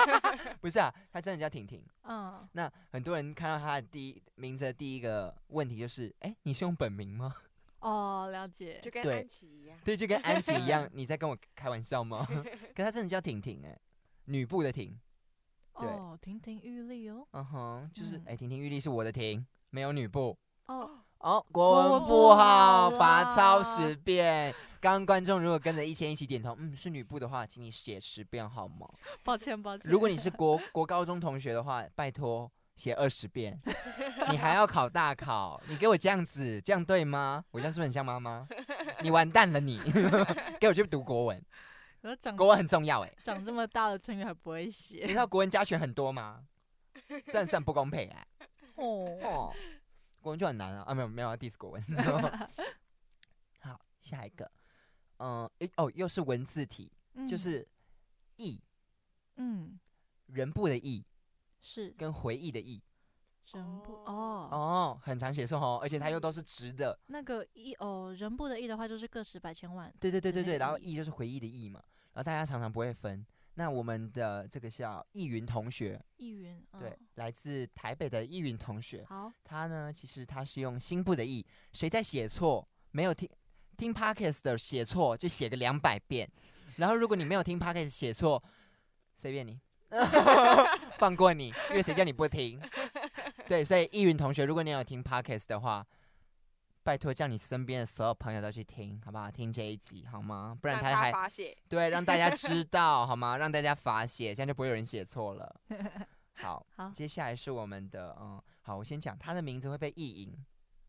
Speaker 1: 不是啊，她真的叫婷婷。
Speaker 2: 嗯，
Speaker 1: 那很多人看到她的第一名字的第一个问题就是，哎，你是用本名吗？
Speaker 2: 哦，了解
Speaker 3: 就，跟
Speaker 1: 对
Speaker 3: 安琪一样，
Speaker 1: 对，就跟安琪一样，你在跟我开玩笑吗？ 可她真的叫婷婷哎、女部的婷，对
Speaker 2: 哦，亭亭玉立哦，
Speaker 1: 嗯哼，就是哎
Speaker 2: 嗯、
Speaker 1: 诶婷婷玉立是我的婷，没有女部。
Speaker 2: 哦，
Speaker 1: 哦，
Speaker 2: 国
Speaker 1: 国文
Speaker 2: 文
Speaker 1: 不
Speaker 2: 不
Speaker 1: 好，
Speaker 2: 好
Speaker 1: 罚抄
Speaker 2: 啦
Speaker 1: 十遍。刚刚观众如果跟着一千一起点头，嗯，是女部的话，请你写十遍好吗？
Speaker 2: 抱歉抱歉，
Speaker 1: 如果你是国国高中同学的话，拜托写二十 遍，你还要考大考，你给我这样子，这样对吗？我这样是不是很像妈妈？你完蛋了你， 给我去读国文，
Speaker 2: 然后长
Speaker 1: 国文很重要哎、
Speaker 2: 长这么大了，成语还不会
Speaker 1: 你
Speaker 2: 写
Speaker 1: 知道国文加权很多 吗？这样算不公平哎、
Speaker 2: 哦，
Speaker 1: 哦，国文就很难啊，啊没有没有要 diss 国 文。好，下一个，嗯、诶哦，又是文字题，就
Speaker 2: 嗯
Speaker 1: 是忆
Speaker 2: 嗯
Speaker 1: 人部的忆
Speaker 2: 是
Speaker 1: 跟回忆的忆。
Speaker 2: 人部
Speaker 3: 哦
Speaker 2: 哦，
Speaker 1: 哦，很常写错哦，而且它又都是直的。
Speaker 2: 那个一哦人部的一的话就是个十百千万，
Speaker 1: 对对对对
Speaker 2: 对
Speaker 1: 对，然后
Speaker 2: 忆
Speaker 1: 忆就是回忆的忆嘛，然后大家常常不会分。那我们的这个叫易云同学，
Speaker 2: 一云
Speaker 1: 对，
Speaker 2: 嗯
Speaker 1: 来自台北的易云同学，
Speaker 2: 好
Speaker 1: 他呢其实他是用新部的易，谁在写错没有听听 podcast 的写错就写个两百遍，然后如果你没有听 podcast 写错，随便你， 放过你，因为谁叫你不听？对，所以易云同学，如果你有听 podcast 的话，拜托叫你身边的所有朋友都去听，好不好？听这一集好吗？不然
Speaker 3: 让他
Speaker 1: 还
Speaker 3: 发泄，
Speaker 1: 对，让大家知道好吗？让大家罚写，这样就不会有人写错了。好，
Speaker 2: 好
Speaker 1: 接下来是我们的，嗯，好，我先讲，他的名字会被意淫，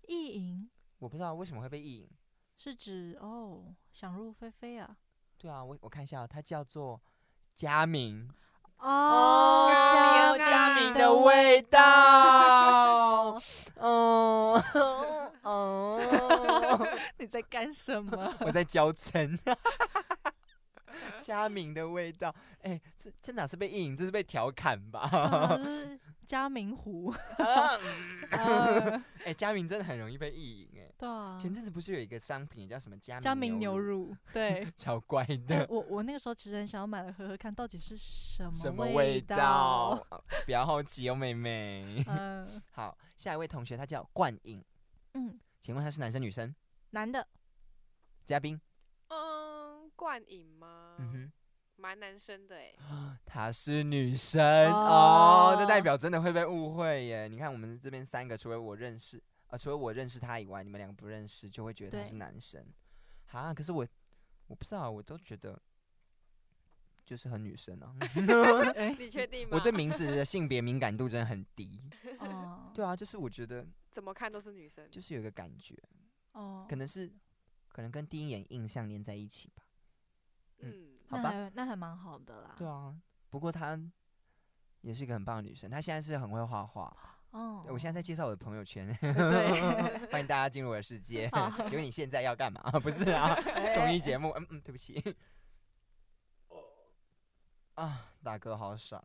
Speaker 2: 意淫
Speaker 1: 我不知道为什么会被意淫。
Speaker 2: 是指哦想入非非啊
Speaker 1: 对啊，我我看一下哦，他叫做佳明
Speaker 2: 哦
Speaker 3: 佳明啊
Speaker 1: 佳
Speaker 3: 佳
Speaker 1: 明
Speaker 3: 明
Speaker 1: 的
Speaker 3: 的
Speaker 1: 味道，嗯嗯，
Speaker 2: 你在干 什么？
Speaker 1: 我在娇嗔。 佳明的味道，哎、这这哪是被意淫，这是被调侃吧？
Speaker 2: 啊就是嘉 明湖，啊
Speaker 1: 哎、佳明真的很容易被意淫哎、
Speaker 2: 对啊，
Speaker 1: 前阵子不是有一个商品叫什么佳
Speaker 2: 嘉
Speaker 1: 明
Speaker 2: 明牛
Speaker 1: 乳，
Speaker 2: 乳， 对，
Speaker 1: 超怪
Speaker 2: 哎
Speaker 1: 的，
Speaker 2: 我我那个时候其实很想要买来喝喝看，到底是什么
Speaker 1: 什么
Speaker 2: 味
Speaker 1: 味道？ 不要好奇哦，妹妹。
Speaker 2: 嗯
Speaker 1: 好，下一位同学他叫冠颖，
Speaker 2: 嗯，
Speaker 1: 请问他是男生女生？
Speaker 2: 男的
Speaker 1: 嘉宾，
Speaker 3: 嗯，冠颖吗？
Speaker 1: 嗯
Speaker 3: 蛮男生的哎，
Speaker 1: 哼，她是女生哦，
Speaker 2: 哦
Speaker 1: 这代表真的会被误会耶。你看我们这边三个，除了我认识，啊，除了我认识他以外，你们两个不认识，就会觉得他
Speaker 2: 对
Speaker 1: 是男生。啊，可是我我不知道，我都觉得 就是很女生啊。
Speaker 2: 哎，
Speaker 3: 你确定吗？
Speaker 1: 我对名字的性别敏感度真的很低。
Speaker 2: 哦，
Speaker 1: 对啊，就是我觉得
Speaker 3: 怎么看都是女生。
Speaker 1: 就是有一个感觉，
Speaker 2: 哦
Speaker 1: 可，能是可能跟第一眼印象连在一起吧。
Speaker 3: 嗯，
Speaker 1: 好
Speaker 2: 那
Speaker 1: 吧
Speaker 2: 还那还蛮好的啦。
Speaker 1: 对啊，不过她也是一个很棒的女生，她现在是很会画画。
Speaker 2: 哦，
Speaker 1: 我现在在介绍我的朋友圈，
Speaker 2: 对，
Speaker 1: 欢迎大家进入我的世界
Speaker 2: 好。哎
Speaker 1: 请问你现在要干嘛？不是 啊，综艺节目。嗯嗯，对不起。啊，大哥好爽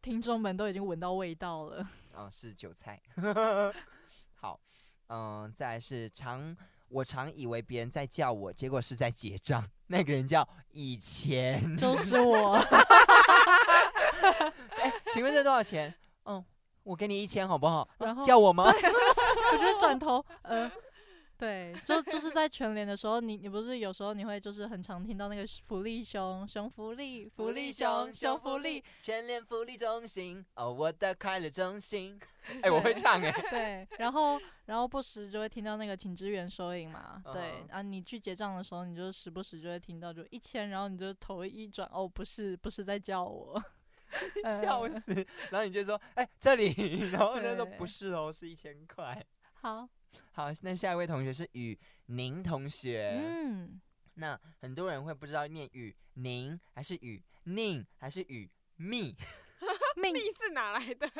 Speaker 2: 听众们都已经闻到味道了。
Speaker 1: 啊，是韭菜。 好，嗯，再来是常我常以为别人在叫我，结果是在结账。那个人叫以前。
Speaker 2: 就是我，
Speaker 1: 哎，请问这多少钱？嗯，我给你一千好不好？
Speaker 2: 然后
Speaker 1: 叫我吗？
Speaker 2: 我觉得转头，呃， 对，就就是在全联的时候，你你不是有时候你会就是很常听到那个福利熊熊福利福利熊熊福利，，
Speaker 1: 全联福利中心，哦，我的快乐中心。哎，我会唱哎。
Speaker 2: 对，然后然后不时就会听到那个请支援收银嘛，对
Speaker 1: 嗯
Speaker 2: 啊，你去结账的时候，你就时不时就会听到就一千，然后你就头一转，哦，不是不是在叫我， 呃
Speaker 1: 哎笑死！然后你就说：“哎、这里。” 然后他说：“不
Speaker 2: 对
Speaker 1: 是哦，是一千块。
Speaker 2: 好，”
Speaker 1: 好，那下一位同学是雨宁同学。
Speaker 2: 嗯，
Speaker 1: 那很多人会不知道念雨宁还是雨宁还是雨蜜， 嗯
Speaker 2: 命
Speaker 3: 蜜是哪来的？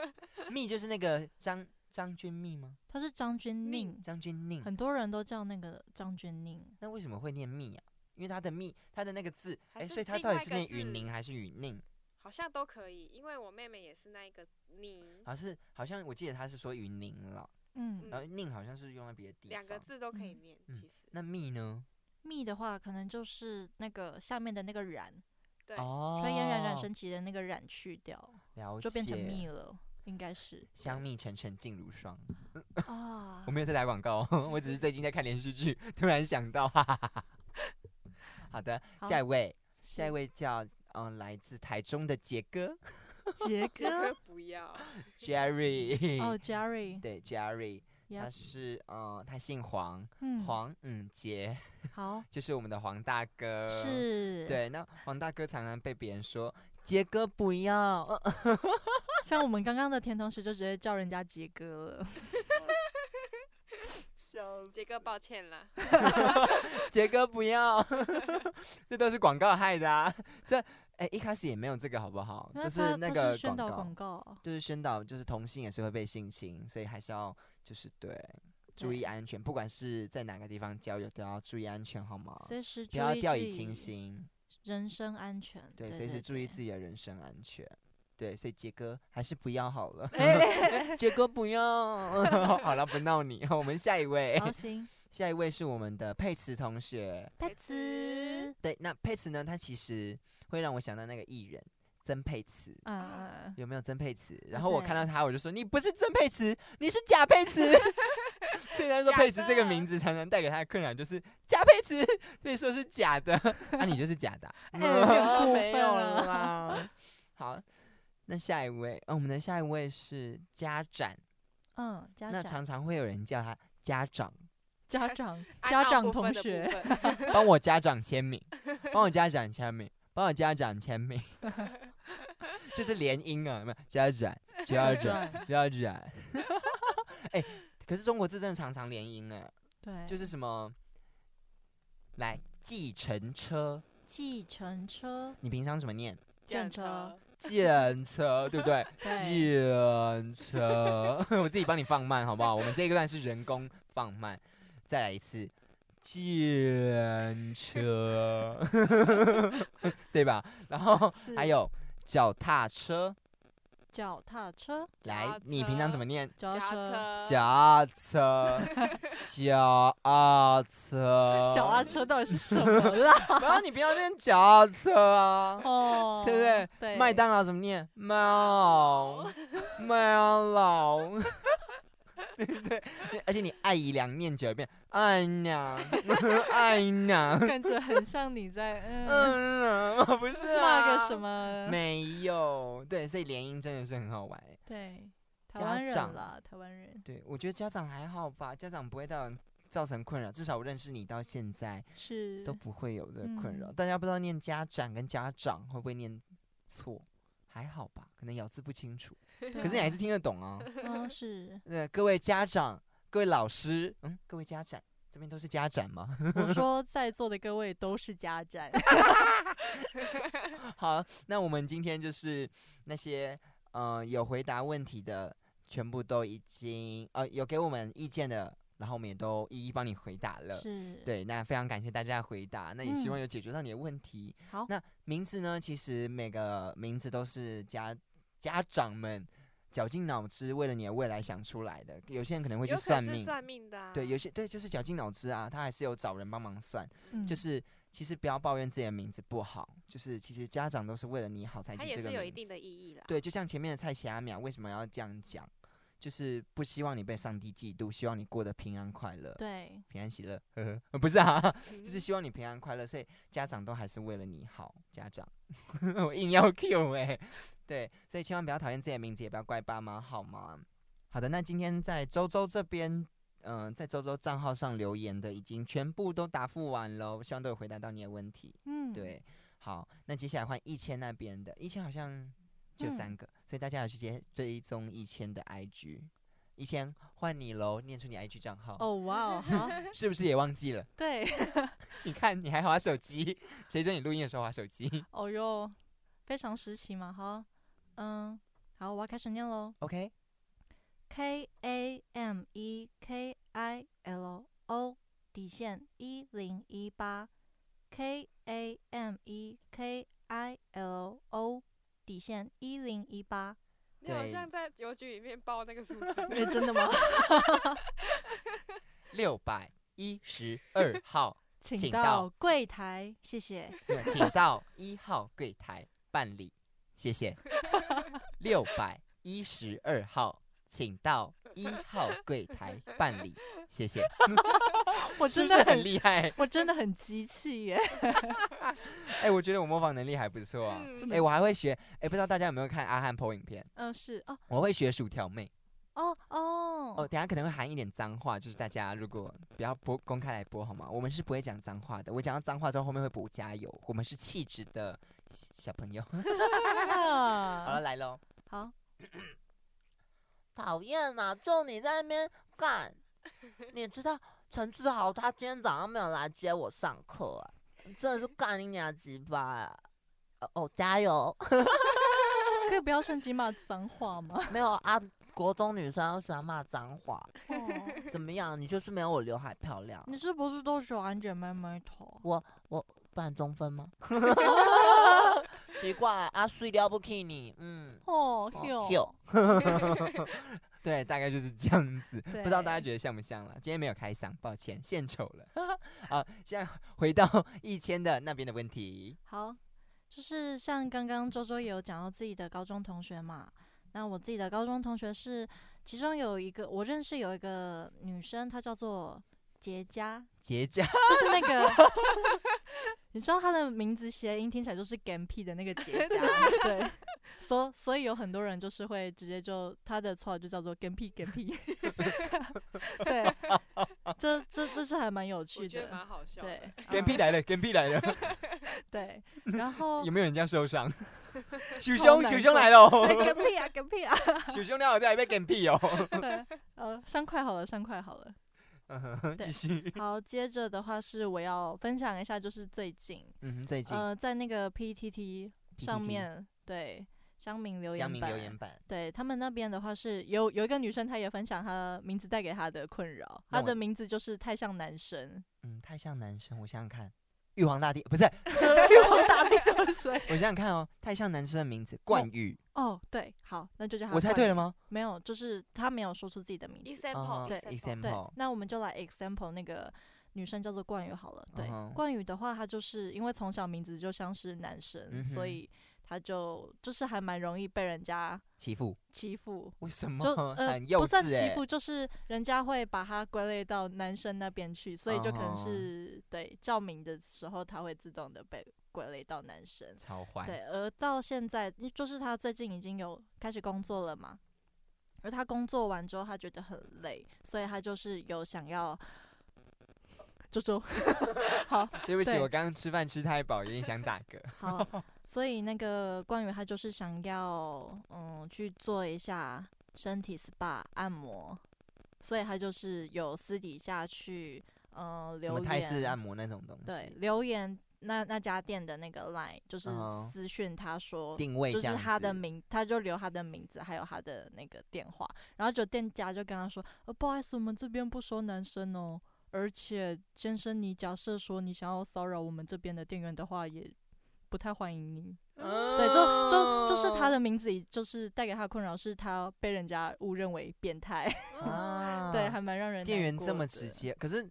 Speaker 1: 蜜就是那个张张君蜜吗？
Speaker 2: 他是张君
Speaker 3: 宁
Speaker 2: 宁，
Speaker 1: 张君宁。
Speaker 2: 很多人都叫那个张君宁，
Speaker 1: 那为什么会念蜜啊？因为它的蜜，它的那个字，
Speaker 3: 还
Speaker 1: 哎、
Speaker 3: 是
Speaker 1: 所以它
Speaker 3: 另
Speaker 1: 到底
Speaker 3: 外一
Speaker 1: 是
Speaker 3: 个
Speaker 1: 念雨
Speaker 3: 字
Speaker 1: 宁还是雨宁？
Speaker 3: 好像都可以，因为我妹妹也是那一个你，
Speaker 1: 好像是好像我记得他是说雨宁了，
Speaker 2: 嗯，
Speaker 1: 然后
Speaker 3: 嗯
Speaker 1: 宁好像是用在别的地方。
Speaker 3: 两个字都可以
Speaker 2: 嗯
Speaker 3: 念，
Speaker 1: 嗯
Speaker 3: 其实
Speaker 1: 那蜜呢？
Speaker 2: 密的话可能就是那个下面的那个染。
Speaker 3: 对，
Speaker 1: 哦，
Speaker 2: 所以冉冉升起的那个染去掉，
Speaker 1: 了解，
Speaker 2: 就变成蜜了，应该是
Speaker 1: 香蜜沉沉烬如霜。
Speaker 2: 啊
Speaker 1: 我。没有在打广 告哦，我只是最近在看连续剧，突然想到， 哈哈哈哈。好的，
Speaker 2: 好
Speaker 1: 下一位，下一
Speaker 2: 是
Speaker 1: 位叫嗯、呃来自台中的杰 哥
Speaker 2: 杰
Speaker 3: 这
Speaker 2: 哥
Speaker 3: 个不 要，
Speaker 1: Jerry。
Speaker 2: 哦，Jerry，
Speaker 1: 嗯对，Jerry，他
Speaker 2: yeah，
Speaker 1: 是嗯、呃他姓黄，
Speaker 2: 嗯，
Speaker 1: 黄嗯杰，
Speaker 2: 好
Speaker 1: 就是我们的黄大哥。。
Speaker 2: 是，，
Speaker 1: 呃对，那黄大哥常常被别人说杰哥不要， 呃
Speaker 2: 像我们刚刚的田同学就直接叫人家杰哥了，
Speaker 1: 笑死
Speaker 3: 杰哥抱歉 啦，
Speaker 1: 杰哥不要， 这都是广告害的啊！这哎、一开始也没有这个好不好？
Speaker 2: 因为
Speaker 1: 嗯就
Speaker 2: 他
Speaker 1: 是那
Speaker 2: 他
Speaker 1: 个
Speaker 2: 宣导
Speaker 1: 告
Speaker 2: 广，告，啊
Speaker 1: 就是宣导，就是同性也是会被性侵，所以还是要就是对注意
Speaker 2: 对
Speaker 1: 安全，不管是在哪个地方交友都要注意安全，好吗？
Speaker 2: 随时
Speaker 1: 啊不
Speaker 2: 注
Speaker 1: 要
Speaker 2: 意
Speaker 1: 掉
Speaker 2: 自
Speaker 1: 以
Speaker 2: 己
Speaker 1: 轻心，
Speaker 2: 人身安全，
Speaker 1: 对，
Speaker 2: 对，
Speaker 1: 随时
Speaker 2: 对
Speaker 1: 注意
Speaker 2: 对。
Speaker 1: 自己的人身安全。对，所以杰哥还是不要好了
Speaker 2: 哎，
Speaker 1: 杰哥不要， 好了，不闹你。我们下一位，
Speaker 2: 好行，
Speaker 1: 下一位是我们的佩慈同学。
Speaker 2: 佩
Speaker 3: 佩
Speaker 2: 慈
Speaker 3: 慈，
Speaker 1: 对，那佩慈呢？她其实会让我想到那个艺人曾沛慈，
Speaker 2: 嗯嗯，
Speaker 1: 有没有曾沛慈？然
Speaker 2: 啊
Speaker 1: 后我看
Speaker 2: 对
Speaker 1: 到她，我就说你不是曾沛慈，你是假佩慈。 所以她说
Speaker 3: 假
Speaker 1: 佩慈这个
Speaker 3: 的
Speaker 1: 名字常常带给她的困扰就是假佩慈，被说是假的， 那、你就是假的啊，
Speaker 2: 哎 有点
Speaker 1: 啊
Speaker 2: 过
Speaker 1: 没
Speaker 2: 分
Speaker 1: 有
Speaker 2: 了
Speaker 1: 啦。 好，那下一位，呃，我们的下一位是家长，
Speaker 2: 嗯嗯，家
Speaker 1: 那
Speaker 2: 长
Speaker 1: 常常会有人叫他家长，
Speaker 2: 家长
Speaker 3: 安
Speaker 2: 家
Speaker 3: 娜
Speaker 2: 长
Speaker 3: 部分
Speaker 2: 同
Speaker 3: 的部
Speaker 2: 学，
Speaker 3: 分
Speaker 1: 帮我家长签名，帮我家长签名，帮我家长签名， 就是联音啊，有没有？家长， 家长，家长。 哎、可是中国字真的常常联音哎，
Speaker 2: 对，
Speaker 1: 就是什么，来计程车，
Speaker 2: 计程车，
Speaker 1: 你平常怎么念？
Speaker 3: 检
Speaker 2: 正车
Speaker 3: 查
Speaker 1: 计程车，对不对？
Speaker 2: 对，
Speaker 1: 计程车， 我自己帮你放慢好不好？我们这一段是人工放慢，再来一次。计程车， 对吧？然后
Speaker 2: 是
Speaker 1: 还有脚踏车，
Speaker 2: 脚踏车，
Speaker 1: 来
Speaker 3: 脚，
Speaker 1: 你平常怎么念？
Speaker 2: 脚
Speaker 3: 夹
Speaker 2: 踏车，
Speaker 3: 车，
Speaker 1: 脚车， 脚踏车，
Speaker 2: 脚踏 车到底是什么啦？
Speaker 1: 然后你平常念脚踏车啊，
Speaker 2: 哦，
Speaker 1: 对不对？
Speaker 2: 对，
Speaker 1: 麦 当劳怎么念？麦当劳，麦当劳。而且你爱姨娘念久一遍，爱娘， 爱娘，
Speaker 2: 感觉很像你在嗯
Speaker 1: 嗯， 我不是
Speaker 2: 骂个
Speaker 1: 啊
Speaker 2: 什么？
Speaker 1: 没有，对，所以联姻真的是很好玩欸。
Speaker 2: 对，台
Speaker 1: 家
Speaker 2: 湾人
Speaker 1: 长
Speaker 2: 啦，台湾人
Speaker 1: 对，我觉得家长还好吧，家长不会到造成困扰，至少我认识你到现在
Speaker 2: 是
Speaker 1: 都不会有这个困扰。
Speaker 2: 嗯
Speaker 1: 大家不知道念家长跟家长会不会念错，还好吧，可能咬字不清楚，
Speaker 2: 对
Speaker 1: 可是你还
Speaker 2: 啊
Speaker 1: 是听得懂啊。，
Speaker 2: 嗯是
Speaker 1: 对，各位家长，各位老师，嗯，各位家长，这边都是家长吗？
Speaker 2: 我说在座的各位都是家长，
Speaker 1: 好，那我们今天就是那些呃有回答问题的，全部都已经呃有给我们意见的，然后我们也都一一帮你回答了。
Speaker 2: 是，
Speaker 1: 对，那非常感谢大家的回答，那也希望
Speaker 2: 嗯
Speaker 1: 有解决到你的问题。
Speaker 2: 好
Speaker 1: 那名字呢？其实每个名字都是家家长们绞尽脑汁为了你的未来想出来的，有些人可能会去
Speaker 3: 有可
Speaker 1: 算
Speaker 3: 能
Speaker 1: 命
Speaker 3: 是，算命的啊。
Speaker 1: 对，有些对就是绞尽脑汁啊，他还是有找人帮忙算。
Speaker 2: 嗯
Speaker 1: 就是其实不要抱怨自己的名字不好，就是其实家长都是为了你好才
Speaker 3: 它
Speaker 1: 取
Speaker 3: 也
Speaker 1: 这个
Speaker 3: 是有一
Speaker 1: 名
Speaker 3: 定
Speaker 1: 字。
Speaker 3: 的意义啦。
Speaker 1: 对，就像前面的蔡奇阿淼为什么要这样讲，就是不希望你被上帝嫉妒，希望你过得平安快乐、
Speaker 2: 对，
Speaker 1: 平安喜乐。呵呵，呃不是啊，
Speaker 3: 嗯，
Speaker 1: 就是希望你平安快乐，所以家长都还是为了你好。家长， 我硬要 Q 哎、对，所以千万不要讨厌自己的名字，也不要怪爸妈，好吗？好的，那今天在周周这边，嗯、在周周账号上留言的已经全部都答复完喽，希望都有回答到你的问题。
Speaker 2: 嗯，
Speaker 1: 对，好，那接下来换一千那边的，一千好像只有三
Speaker 2: 嗯
Speaker 1: 个，所以大家要去接追踪一千的 IG。一千换你喽，念出你 IG 账号，
Speaker 2: 哦哇哦， 好，
Speaker 1: 是不是也忘记了？
Speaker 2: 对，
Speaker 1: 你看，你还划手机，谁准你录音的时候划手机
Speaker 2: 哦哟，非常时期嘛，好，嗯，好，我要开始念喽
Speaker 1: ？OK，
Speaker 2: ，K A M E K I L O 底线一零一八，K A M E K I L O 底线一零一八，，
Speaker 3: 你好
Speaker 1: 对
Speaker 3: 像在邮局里面报那个数 字
Speaker 2: 哎，真的吗？
Speaker 1: 六百一十二号，
Speaker 2: 请
Speaker 1: 请
Speaker 2: 到
Speaker 1: 到
Speaker 2: 柜台，谢谢。
Speaker 1: 没有请到一号柜台办理，谢 谢。六百一十二号，请到一号柜台办理，谢谢。
Speaker 2: 我
Speaker 1: 是
Speaker 2: 啊真
Speaker 1: 不
Speaker 2: 的
Speaker 1: 是
Speaker 2: 很，
Speaker 1: 很厉害？
Speaker 2: 我真的很机器耶。
Speaker 1: 哎、我觉得我模仿能力还不错啊。
Speaker 3: 嗯
Speaker 1: 哎、我还会学，哎、不知道大家有没有看阿汉 PO 影片？
Speaker 2: 嗯，是哦，
Speaker 1: 我会学薯条妹。
Speaker 2: 哦哦
Speaker 1: 哦，等下可能会含一点脏话，就是大家如果不要播公开来播好吗？我们是不会讲脏话的，我讲到脏话之后后面会补加油，我们是气质的小朋友。好 了，
Speaker 2: 啊，
Speaker 1: 来喽，
Speaker 2: 好，
Speaker 4: 讨厌呐、就你在那边干。你知道陈志豪他今天早上没有来接我上课、啊，真的是干你娘鸡巴、啊！呃哦，加油！
Speaker 2: 可以不要趁机骂脏话吗？
Speaker 4: 没有啊，国中女生都喜欢骂脏话，
Speaker 2: 哦，
Speaker 4: 怎么样？你就是没有我刘海漂亮，
Speaker 2: 你是不是都喜欢姐妹妹头？啊
Speaker 4: 不然中分吗？ 奇怪啊，碎掉不 k 你，嗯，
Speaker 2: 哦
Speaker 4: 哦
Speaker 2: 哟，
Speaker 4: 哟
Speaker 1: 对，大概就是这样子，不知道大家
Speaker 2: 对
Speaker 1: 觉得像不像了？今天没有开嗓，抱歉，献丑了。 好，现在回到一千的那边的问题，
Speaker 2: 好，就是像刚刚周周也有讲到自己的高中同学嘛，那我自己的高中同学是，其中有一个我认识有一个女生，她叫做杰佳，
Speaker 1: 结痂，
Speaker 2: 就是那 个，你知道他的名字谐音听起来就是 g a m p 的那个结 痂，对，所所以有很多人就是会直接就他的绰号就叫做 g a m p g a m p 对，这这这是还蛮有
Speaker 3: 我
Speaker 2: 趣
Speaker 3: 觉得蛮
Speaker 2: 的，
Speaker 3: 好笑的。
Speaker 2: 对，
Speaker 1: 跟屁
Speaker 2: 嗯
Speaker 1: 来了，跟屁来了，
Speaker 2: 对，然后
Speaker 1: 有没有人这样受 伤？许
Speaker 2: 超
Speaker 1: 兄，
Speaker 2: 难
Speaker 1: 许兄
Speaker 2: 过
Speaker 1: 来喽！
Speaker 2: 跟屁啊跟屁啊，
Speaker 1: 许兄，那我再来一杯跟屁哦。
Speaker 2: 对，呃，上块好了，上块好了。
Speaker 1: 嗯哼
Speaker 2: 对
Speaker 1: 继续，
Speaker 2: 好，接着的话是我要分享一下，就是最近，
Speaker 1: 嗯哼，最近
Speaker 2: 呃，在那个 PTT 上
Speaker 1: PTT
Speaker 2: 面，对，乡民留
Speaker 1: 乡
Speaker 2: 言
Speaker 1: 民
Speaker 2: 板，
Speaker 1: 留言板。
Speaker 2: 对他们那边的话是有有一个女生，她也分享她名字带给她的困扰，
Speaker 1: 那
Speaker 2: 她
Speaker 1: 我
Speaker 2: 的名字就是太像 男生，
Speaker 1: 嗯，太像男生，我想想看，玉皇大帝不是，
Speaker 2: 玉皇大帝 的水。
Speaker 1: 我想想看哦，太像男生的名字冠宇，
Speaker 2: 哦，对，好，那就叫她。
Speaker 1: 我猜对了？吗？
Speaker 2: 没有，就是她没有说出自己的名
Speaker 1: 啊
Speaker 2: 字。
Speaker 3: example，
Speaker 1: 对
Speaker 3: example
Speaker 2: 对
Speaker 1: example，
Speaker 2: 那我们就来 example 那个女生叫做冠宇好了。对
Speaker 1: 嗯哼
Speaker 2: 冠宇的话，她就是因为从小名字就像是男生，
Speaker 1: 嗯哼
Speaker 2: 所以他就就是还蛮容易被人家
Speaker 1: 欺负？
Speaker 2: 欺负，
Speaker 1: 为什么？
Speaker 2: 就 呃
Speaker 1: 很幼
Speaker 2: 不算
Speaker 1: 稚
Speaker 2: 欺
Speaker 1: 欸
Speaker 2: 负，就是人家会把他归类到男生那边去，所以就可能
Speaker 1: 哦
Speaker 2: 是、对叫名的时候，他会自动的被归类到男生。
Speaker 1: 超坏。
Speaker 2: 对，而到现在，因为就是他最近已经有开始工作了嘛，而他工作完之后，他觉得很累，所以他就是有想要。周周，好
Speaker 1: 对不起，
Speaker 2: 对
Speaker 1: 我刚刚吃饭吃太饱，有点想打嗝。
Speaker 2: 好，所以那个关于他就是想要嗯去做一下身体 SPA 按摩，所以他就是有私底下去嗯、呃、
Speaker 1: 什
Speaker 2: 留
Speaker 1: 么泰式
Speaker 2: 言
Speaker 1: 按摩那种东西？
Speaker 2: 对，留言那那家店的那个 line 就是
Speaker 1: 哦
Speaker 2: 私讯他说
Speaker 1: 定位
Speaker 2: 就
Speaker 1: 这
Speaker 2: 是
Speaker 1: 样
Speaker 2: 他的
Speaker 1: 子
Speaker 2: 名，他就留他的名字，还有他的那个电话。然后就店家就跟他说：“呃，不好意思，我们这边不收男生哦。而且先生，你假设说你想要骚扰我们这边的店员的话，也不太欢迎你。对，就就就是他的名字，就是带给他的困扰是他被人家误认为变态，
Speaker 1: 啊
Speaker 2: 对，还蛮让人
Speaker 1: 店
Speaker 2: 难
Speaker 1: 员
Speaker 2: 过
Speaker 1: 这么直
Speaker 2: 的。
Speaker 1: 接，可是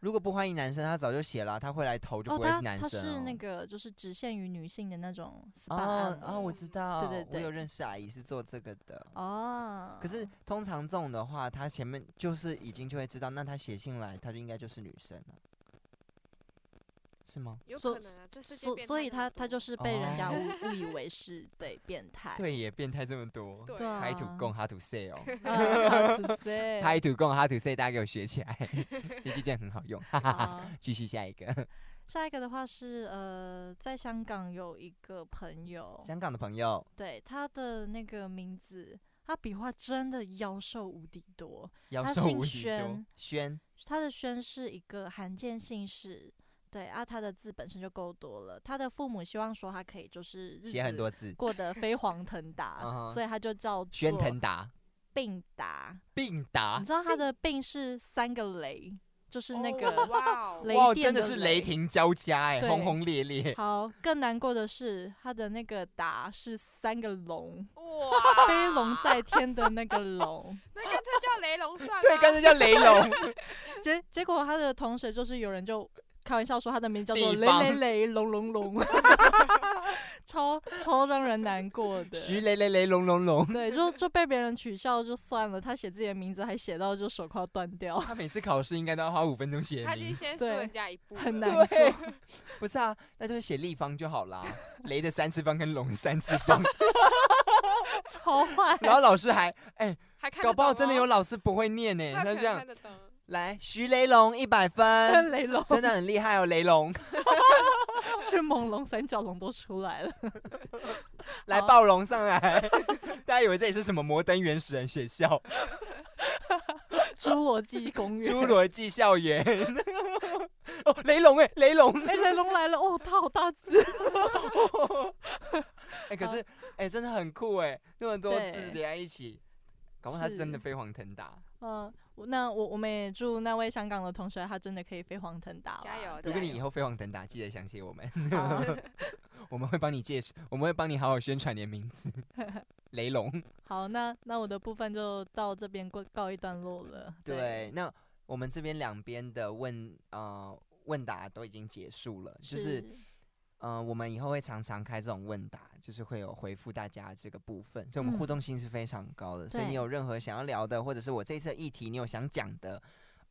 Speaker 1: 如果不欢迎男生，他早就写了啊，他会来投就
Speaker 2: 哦，
Speaker 1: 不会
Speaker 2: 他
Speaker 1: 是男
Speaker 2: 他
Speaker 1: 生、哦
Speaker 2: 是那个就是只限于女性的那种 SPA
Speaker 1: 哦
Speaker 2: 按
Speaker 1: 哦，
Speaker 2: 摩
Speaker 1: 我知道，
Speaker 2: 对
Speaker 1: 我有
Speaker 2: 对
Speaker 1: 认识阿姨是做这个的。
Speaker 2: 哦，
Speaker 1: 可是通常这种的话，他前面就是已经就会知道，那他写信来，他就应该就是女生了，是吗？
Speaker 3: 有
Speaker 2: 所
Speaker 3: 可能啊，这世界
Speaker 2: 所
Speaker 3: 变
Speaker 2: 所
Speaker 3: 态
Speaker 2: 以
Speaker 3: 这
Speaker 2: 他
Speaker 3: 么
Speaker 2: 他就
Speaker 3: 多
Speaker 2: 是被人家
Speaker 1: 哦
Speaker 2: 误误以为是对变态，
Speaker 1: 对也变态这么多，
Speaker 3: 对
Speaker 2: 哎对
Speaker 3: 啊
Speaker 2: 啊，
Speaker 1: 拍土 共哈土 say 哦，
Speaker 2: 啊，how to say，
Speaker 1: 拍土共哈土 say，大家给我学起来，这句真的很好用，哈哈哈。
Speaker 2: 好哦
Speaker 1: 继续下一个，
Speaker 2: 下一个的话是呃，在香港有一个朋友，
Speaker 1: 香港的朋友，
Speaker 2: 对他的那个名字，他笔画真的妖兽无敌多，
Speaker 1: 妖
Speaker 2: 他
Speaker 1: 兽
Speaker 2: 姓
Speaker 1: 无敌多
Speaker 2: 轩，
Speaker 1: 轩，
Speaker 2: 他的轩是一个罕见姓氏。对啊，他的字本身就够多了。他的父母希望说他可以就是日
Speaker 1: 写很
Speaker 2: 子
Speaker 1: 多字，
Speaker 2: 过得飞黄腾 达
Speaker 1: 嗯，哼
Speaker 2: 所以他就叫
Speaker 1: 轩
Speaker 2: 做
Speaker 1: 腾达，
Speaker 2: 并达。
Speaker 1: 并达
Speaker 2: 你，知道他的病是三个雷，就是那
Speaker 3: 哦
Speaker 2: 个
Speaker 3: 哇哦
Speaker 2: 雷
Speaker 1: 哇，
Speaker 2: 电
Speaker 1: 真的
Speaker 2: 的
Speaker 1: 是雷
Speaker 2: 雷
Speaker 1: 霆交加哎，
Speaker 2: 对
Speaker 1: 轰轰烈烈，
Speaker 2: 好。更难过的是，他的那个达是三个 龙，
Speaker 3: 哇，哦
Speaker 2: 飞龙在天的那个龙。
Speaker 3: 那干脆叫雷龙 算
Speaker 1: 对，
Speaker 3: 啦
Speaker 1: 干脆叫雷龙，
Speaker 2: 结结果他的同学就是有人就开玩笑说他的名字叫做
Speaker 1: 地
Speaker 2: 雷
Speaker 1: 方
Speaker 2: 雷雷龙龙龙， 超超让人难过的。
Speaker 1: 徐雷雷雷龙龙龙。
Speaker 2: 对，就就被别人取笑就算了，他写自己的名字还写到就手快要断 掉，
Speaker 1: 他每次考试应该都要花五分钟写
Speaker 3: 他已经
Speaker 1: 名，
Speaker 3: 先输
Speaker 2: 对
Speaker 3: 人家一步了，
Speaker 2: 很难过。
Speaker 1: 对， 不是啊，那就是写立方就好啦， 雷的三次方跟龙的三次方，
Speaker 2: 超坏。
Speaker 1: 然后老师还哎、
Speaker 3: 还看得
Speaker 1: 搞不好
Speaker 3: 懂
Speaker 1: 真的有
Speaker 3: 哦，
Speaker 1: 老师不会念呢、
Speaker 3: 他
Speaker 1: 他
Speaker 3: 可
Speaker 1: 这
Speaker 3: 能
Speaker 1: 样
Speaker 3: 看得懂，
Speaker 1: 来徐雷龙一百分，
Speaker 2: 雷龙、
Speaker 1: 真的很厉害哦，雷龙
Speaker 2: 迅猛龙、三角龙都出来了。
Speaker 1: 来
Speaker 2: 好
Speaker 1: 暴龙上来， 大家以为这里是什么摩登原始人学校、
Speaker 2: 侏罗纪公园。
Speaker 1: 侏罗纪校园？ 哦，雷龙哎、雷龙
Speaker 2: 哎、雷龙来了！哦，它好大只。
Speaker 1: 哎、可
Speaker 2: 好
Speaker 1: 是哎、真的很酷哎、那么多字
Speaker 2: 对
Speaker 1: 连在一起，搞不好他真的
Speaker 2: 是
Speaker 1: 飞黄腾达。
Speaker 2: 嗯，我那我我们也祝那位香港的同学，他真的可以飞黄腾达啦。啊
Speaker 3: 加油
Speaker 1: 如
Speaker 3: 对
Speaker 1: 果
Speaker 3: 加
Speaker 1: 你
Speaker 3: 油
Speaker 1: 以后飞黄腾达，记得想起我们，
Speaker 2: 好
Speaker 1: 我们会帮你介绍，我们会帮你好好宣传你的名字。雷龙，
Speaker 2: 好，那那我的部分就到这边告告一段落了。
Speaker 1: 对，，那我们这边两边的问呃问答都已经结束了，就是呃我们以后会常常开这种问答，就是会有回复大家这个部分，所以我们互
Speaker 2: 嗯
Speaker 1: 动性是非常高的。所以你
Speaker 2: 对
Speaker 1: 有任何想要聊的，或者是我这次的议题你有想讲的。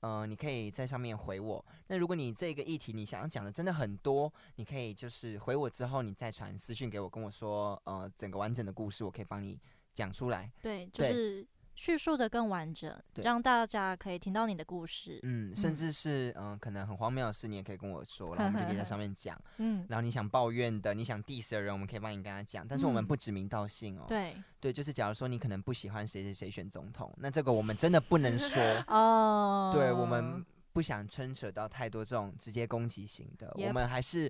Speaker 1: 呃，你可以在上面回我。那如果你这个议题你想要讲的真的很多，你可以就是回我之后，你再传私讯给我，跟我说，呃，整个完整的故事，我可以帮你讲出来。
Speaker 2: 对，就
Speaker 1: 对
Speaker 2: 是叙述的更完整，
Speaker 1: 对
Speaker 2: 让大家可以听到你的故事。
Speaker 1: 嗯，甚
Speaker 2: 嗯
Speaker 1: 至是嗯、呃可能很荒谬的事，你也可以跟我说，然后我们就可以 在上面讲。
Speaker 2: 嗯，
Speaker 1: 然后你想抱怨的，你想 diss 的人，我们可以帮你跟他讲，但是我们
Speaker 2: 嗯
Speaker 1: 不指名道姓哦。
Speaker 2: 对，，
Speaker 1: 对，就是假如说你可能不喜欢谁谁谁选总统，那这个我们真的不能说
Speaker 2: 哦，
Speaker 1: 对我们不想牵扯到太多这种直接攻击型的，我
Speaker 2: Yep
Speaker 1: 们还是。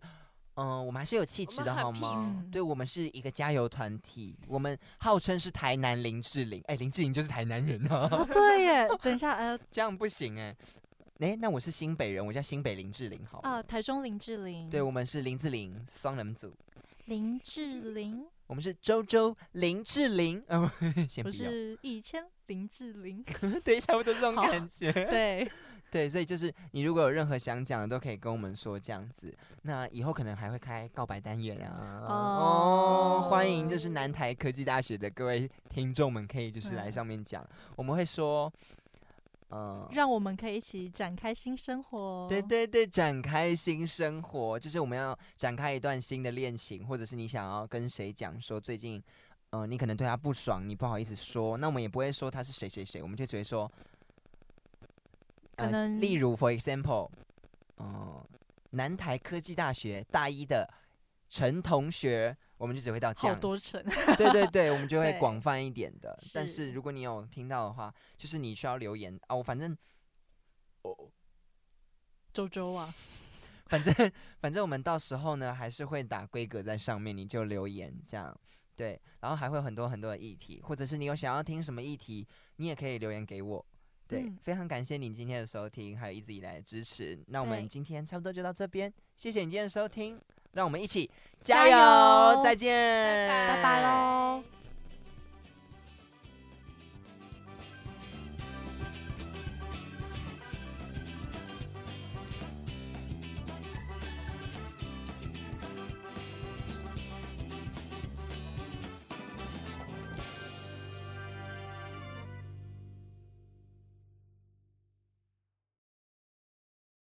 Speaker 1: 嗯，我们还是有气质的
Speaker 3: 我们很
Speaker 1: 好吗
Speaker 2: peace？
Speaker 1: 对，我们是一个加油团体，我们号称是台南林志玲，哎、林志玲就是台南人啊，
Speaker 2: 哦，对耶，等一下，呃，
Speaker 1: 这样不行哎、哎、那我是新北人，我叫新北林志玲
Speaker 2: 哦
Speaker 1: 好了。
Speaker 2: 啊，台中林志玲，
Speaker 1: 对，我们是林志玲双人组，
Speaker 2: 林志玲，
Speaker 1: 我们是周周林志玲， 嗯、先
Speaker 2: 我
Speaker 1: 不用，
Speaker 2: 是一千林志玲，
Speaker 1: 对，差不多这种
Speaker 2: 好
Speaker 1: 感觉。
Speaker 2: 对，
Speaker 1: 对，所以就是你如果有任何想讲的，都可以跟我们说这样子。那以后可能还会开告白单元啊，
Speaker 2: 哦
Speaker 1: 哦，欢迎就是南台科技大学的各位听众们，可以就是来
Speaker 2: 嗯
Speaker 1: 上面讲，我们会说，嗯、
Speaker 2: 让我们可以一起展开新生活。哦
Speaker 1: 对对对，展开新生活，就是我们要展开一段新的恋情，或者是你想要跟谁讲说最近，呃，你可能对他不爽，你不好意思说，那我们也不会说他是谁谁谁，我们就只会说，
Speaker 2: 可
Speaker 1: 呃
Speaker 2: 能
Speaker 1: 例如，for example，嗯、南台科技大学大一的陈同学，我们就只会到这
Speaker 2: 好
Speaker 1: 样
Speaker 2: 多
Speaker 1: 子，
Speaker 2: 层，
Speaker 1: 对对对，我们就会
Speaker 2: 对
Speaker 1: 广泛一点的。但
Speaker 2: 是
Speaker 1: 是如果你有听到的话，就是你需要留言哦，我反正
Speaker 2: 周周啊，
Speaker 1: 反正反正我们到时候呢还是会打规格在上面，你就留言这样。对，然后还会有很多很多的议题，或者是你有想要听什么议题，你也可以留言给我。对，
Speaker 2: 嗯
Speaker 1: 非常感谢你今天的收听，还有一直以来的支持。那我
Speaker 2: 对
Speaker 1: 们今天差不多就到这边，谢谢你今天的收听，让我们一起
Speaker 2: 加
Speaker 1: 油，
Speaker 2: 油
Speaker 1: 再见，
Speaker 2: 拜拜喽。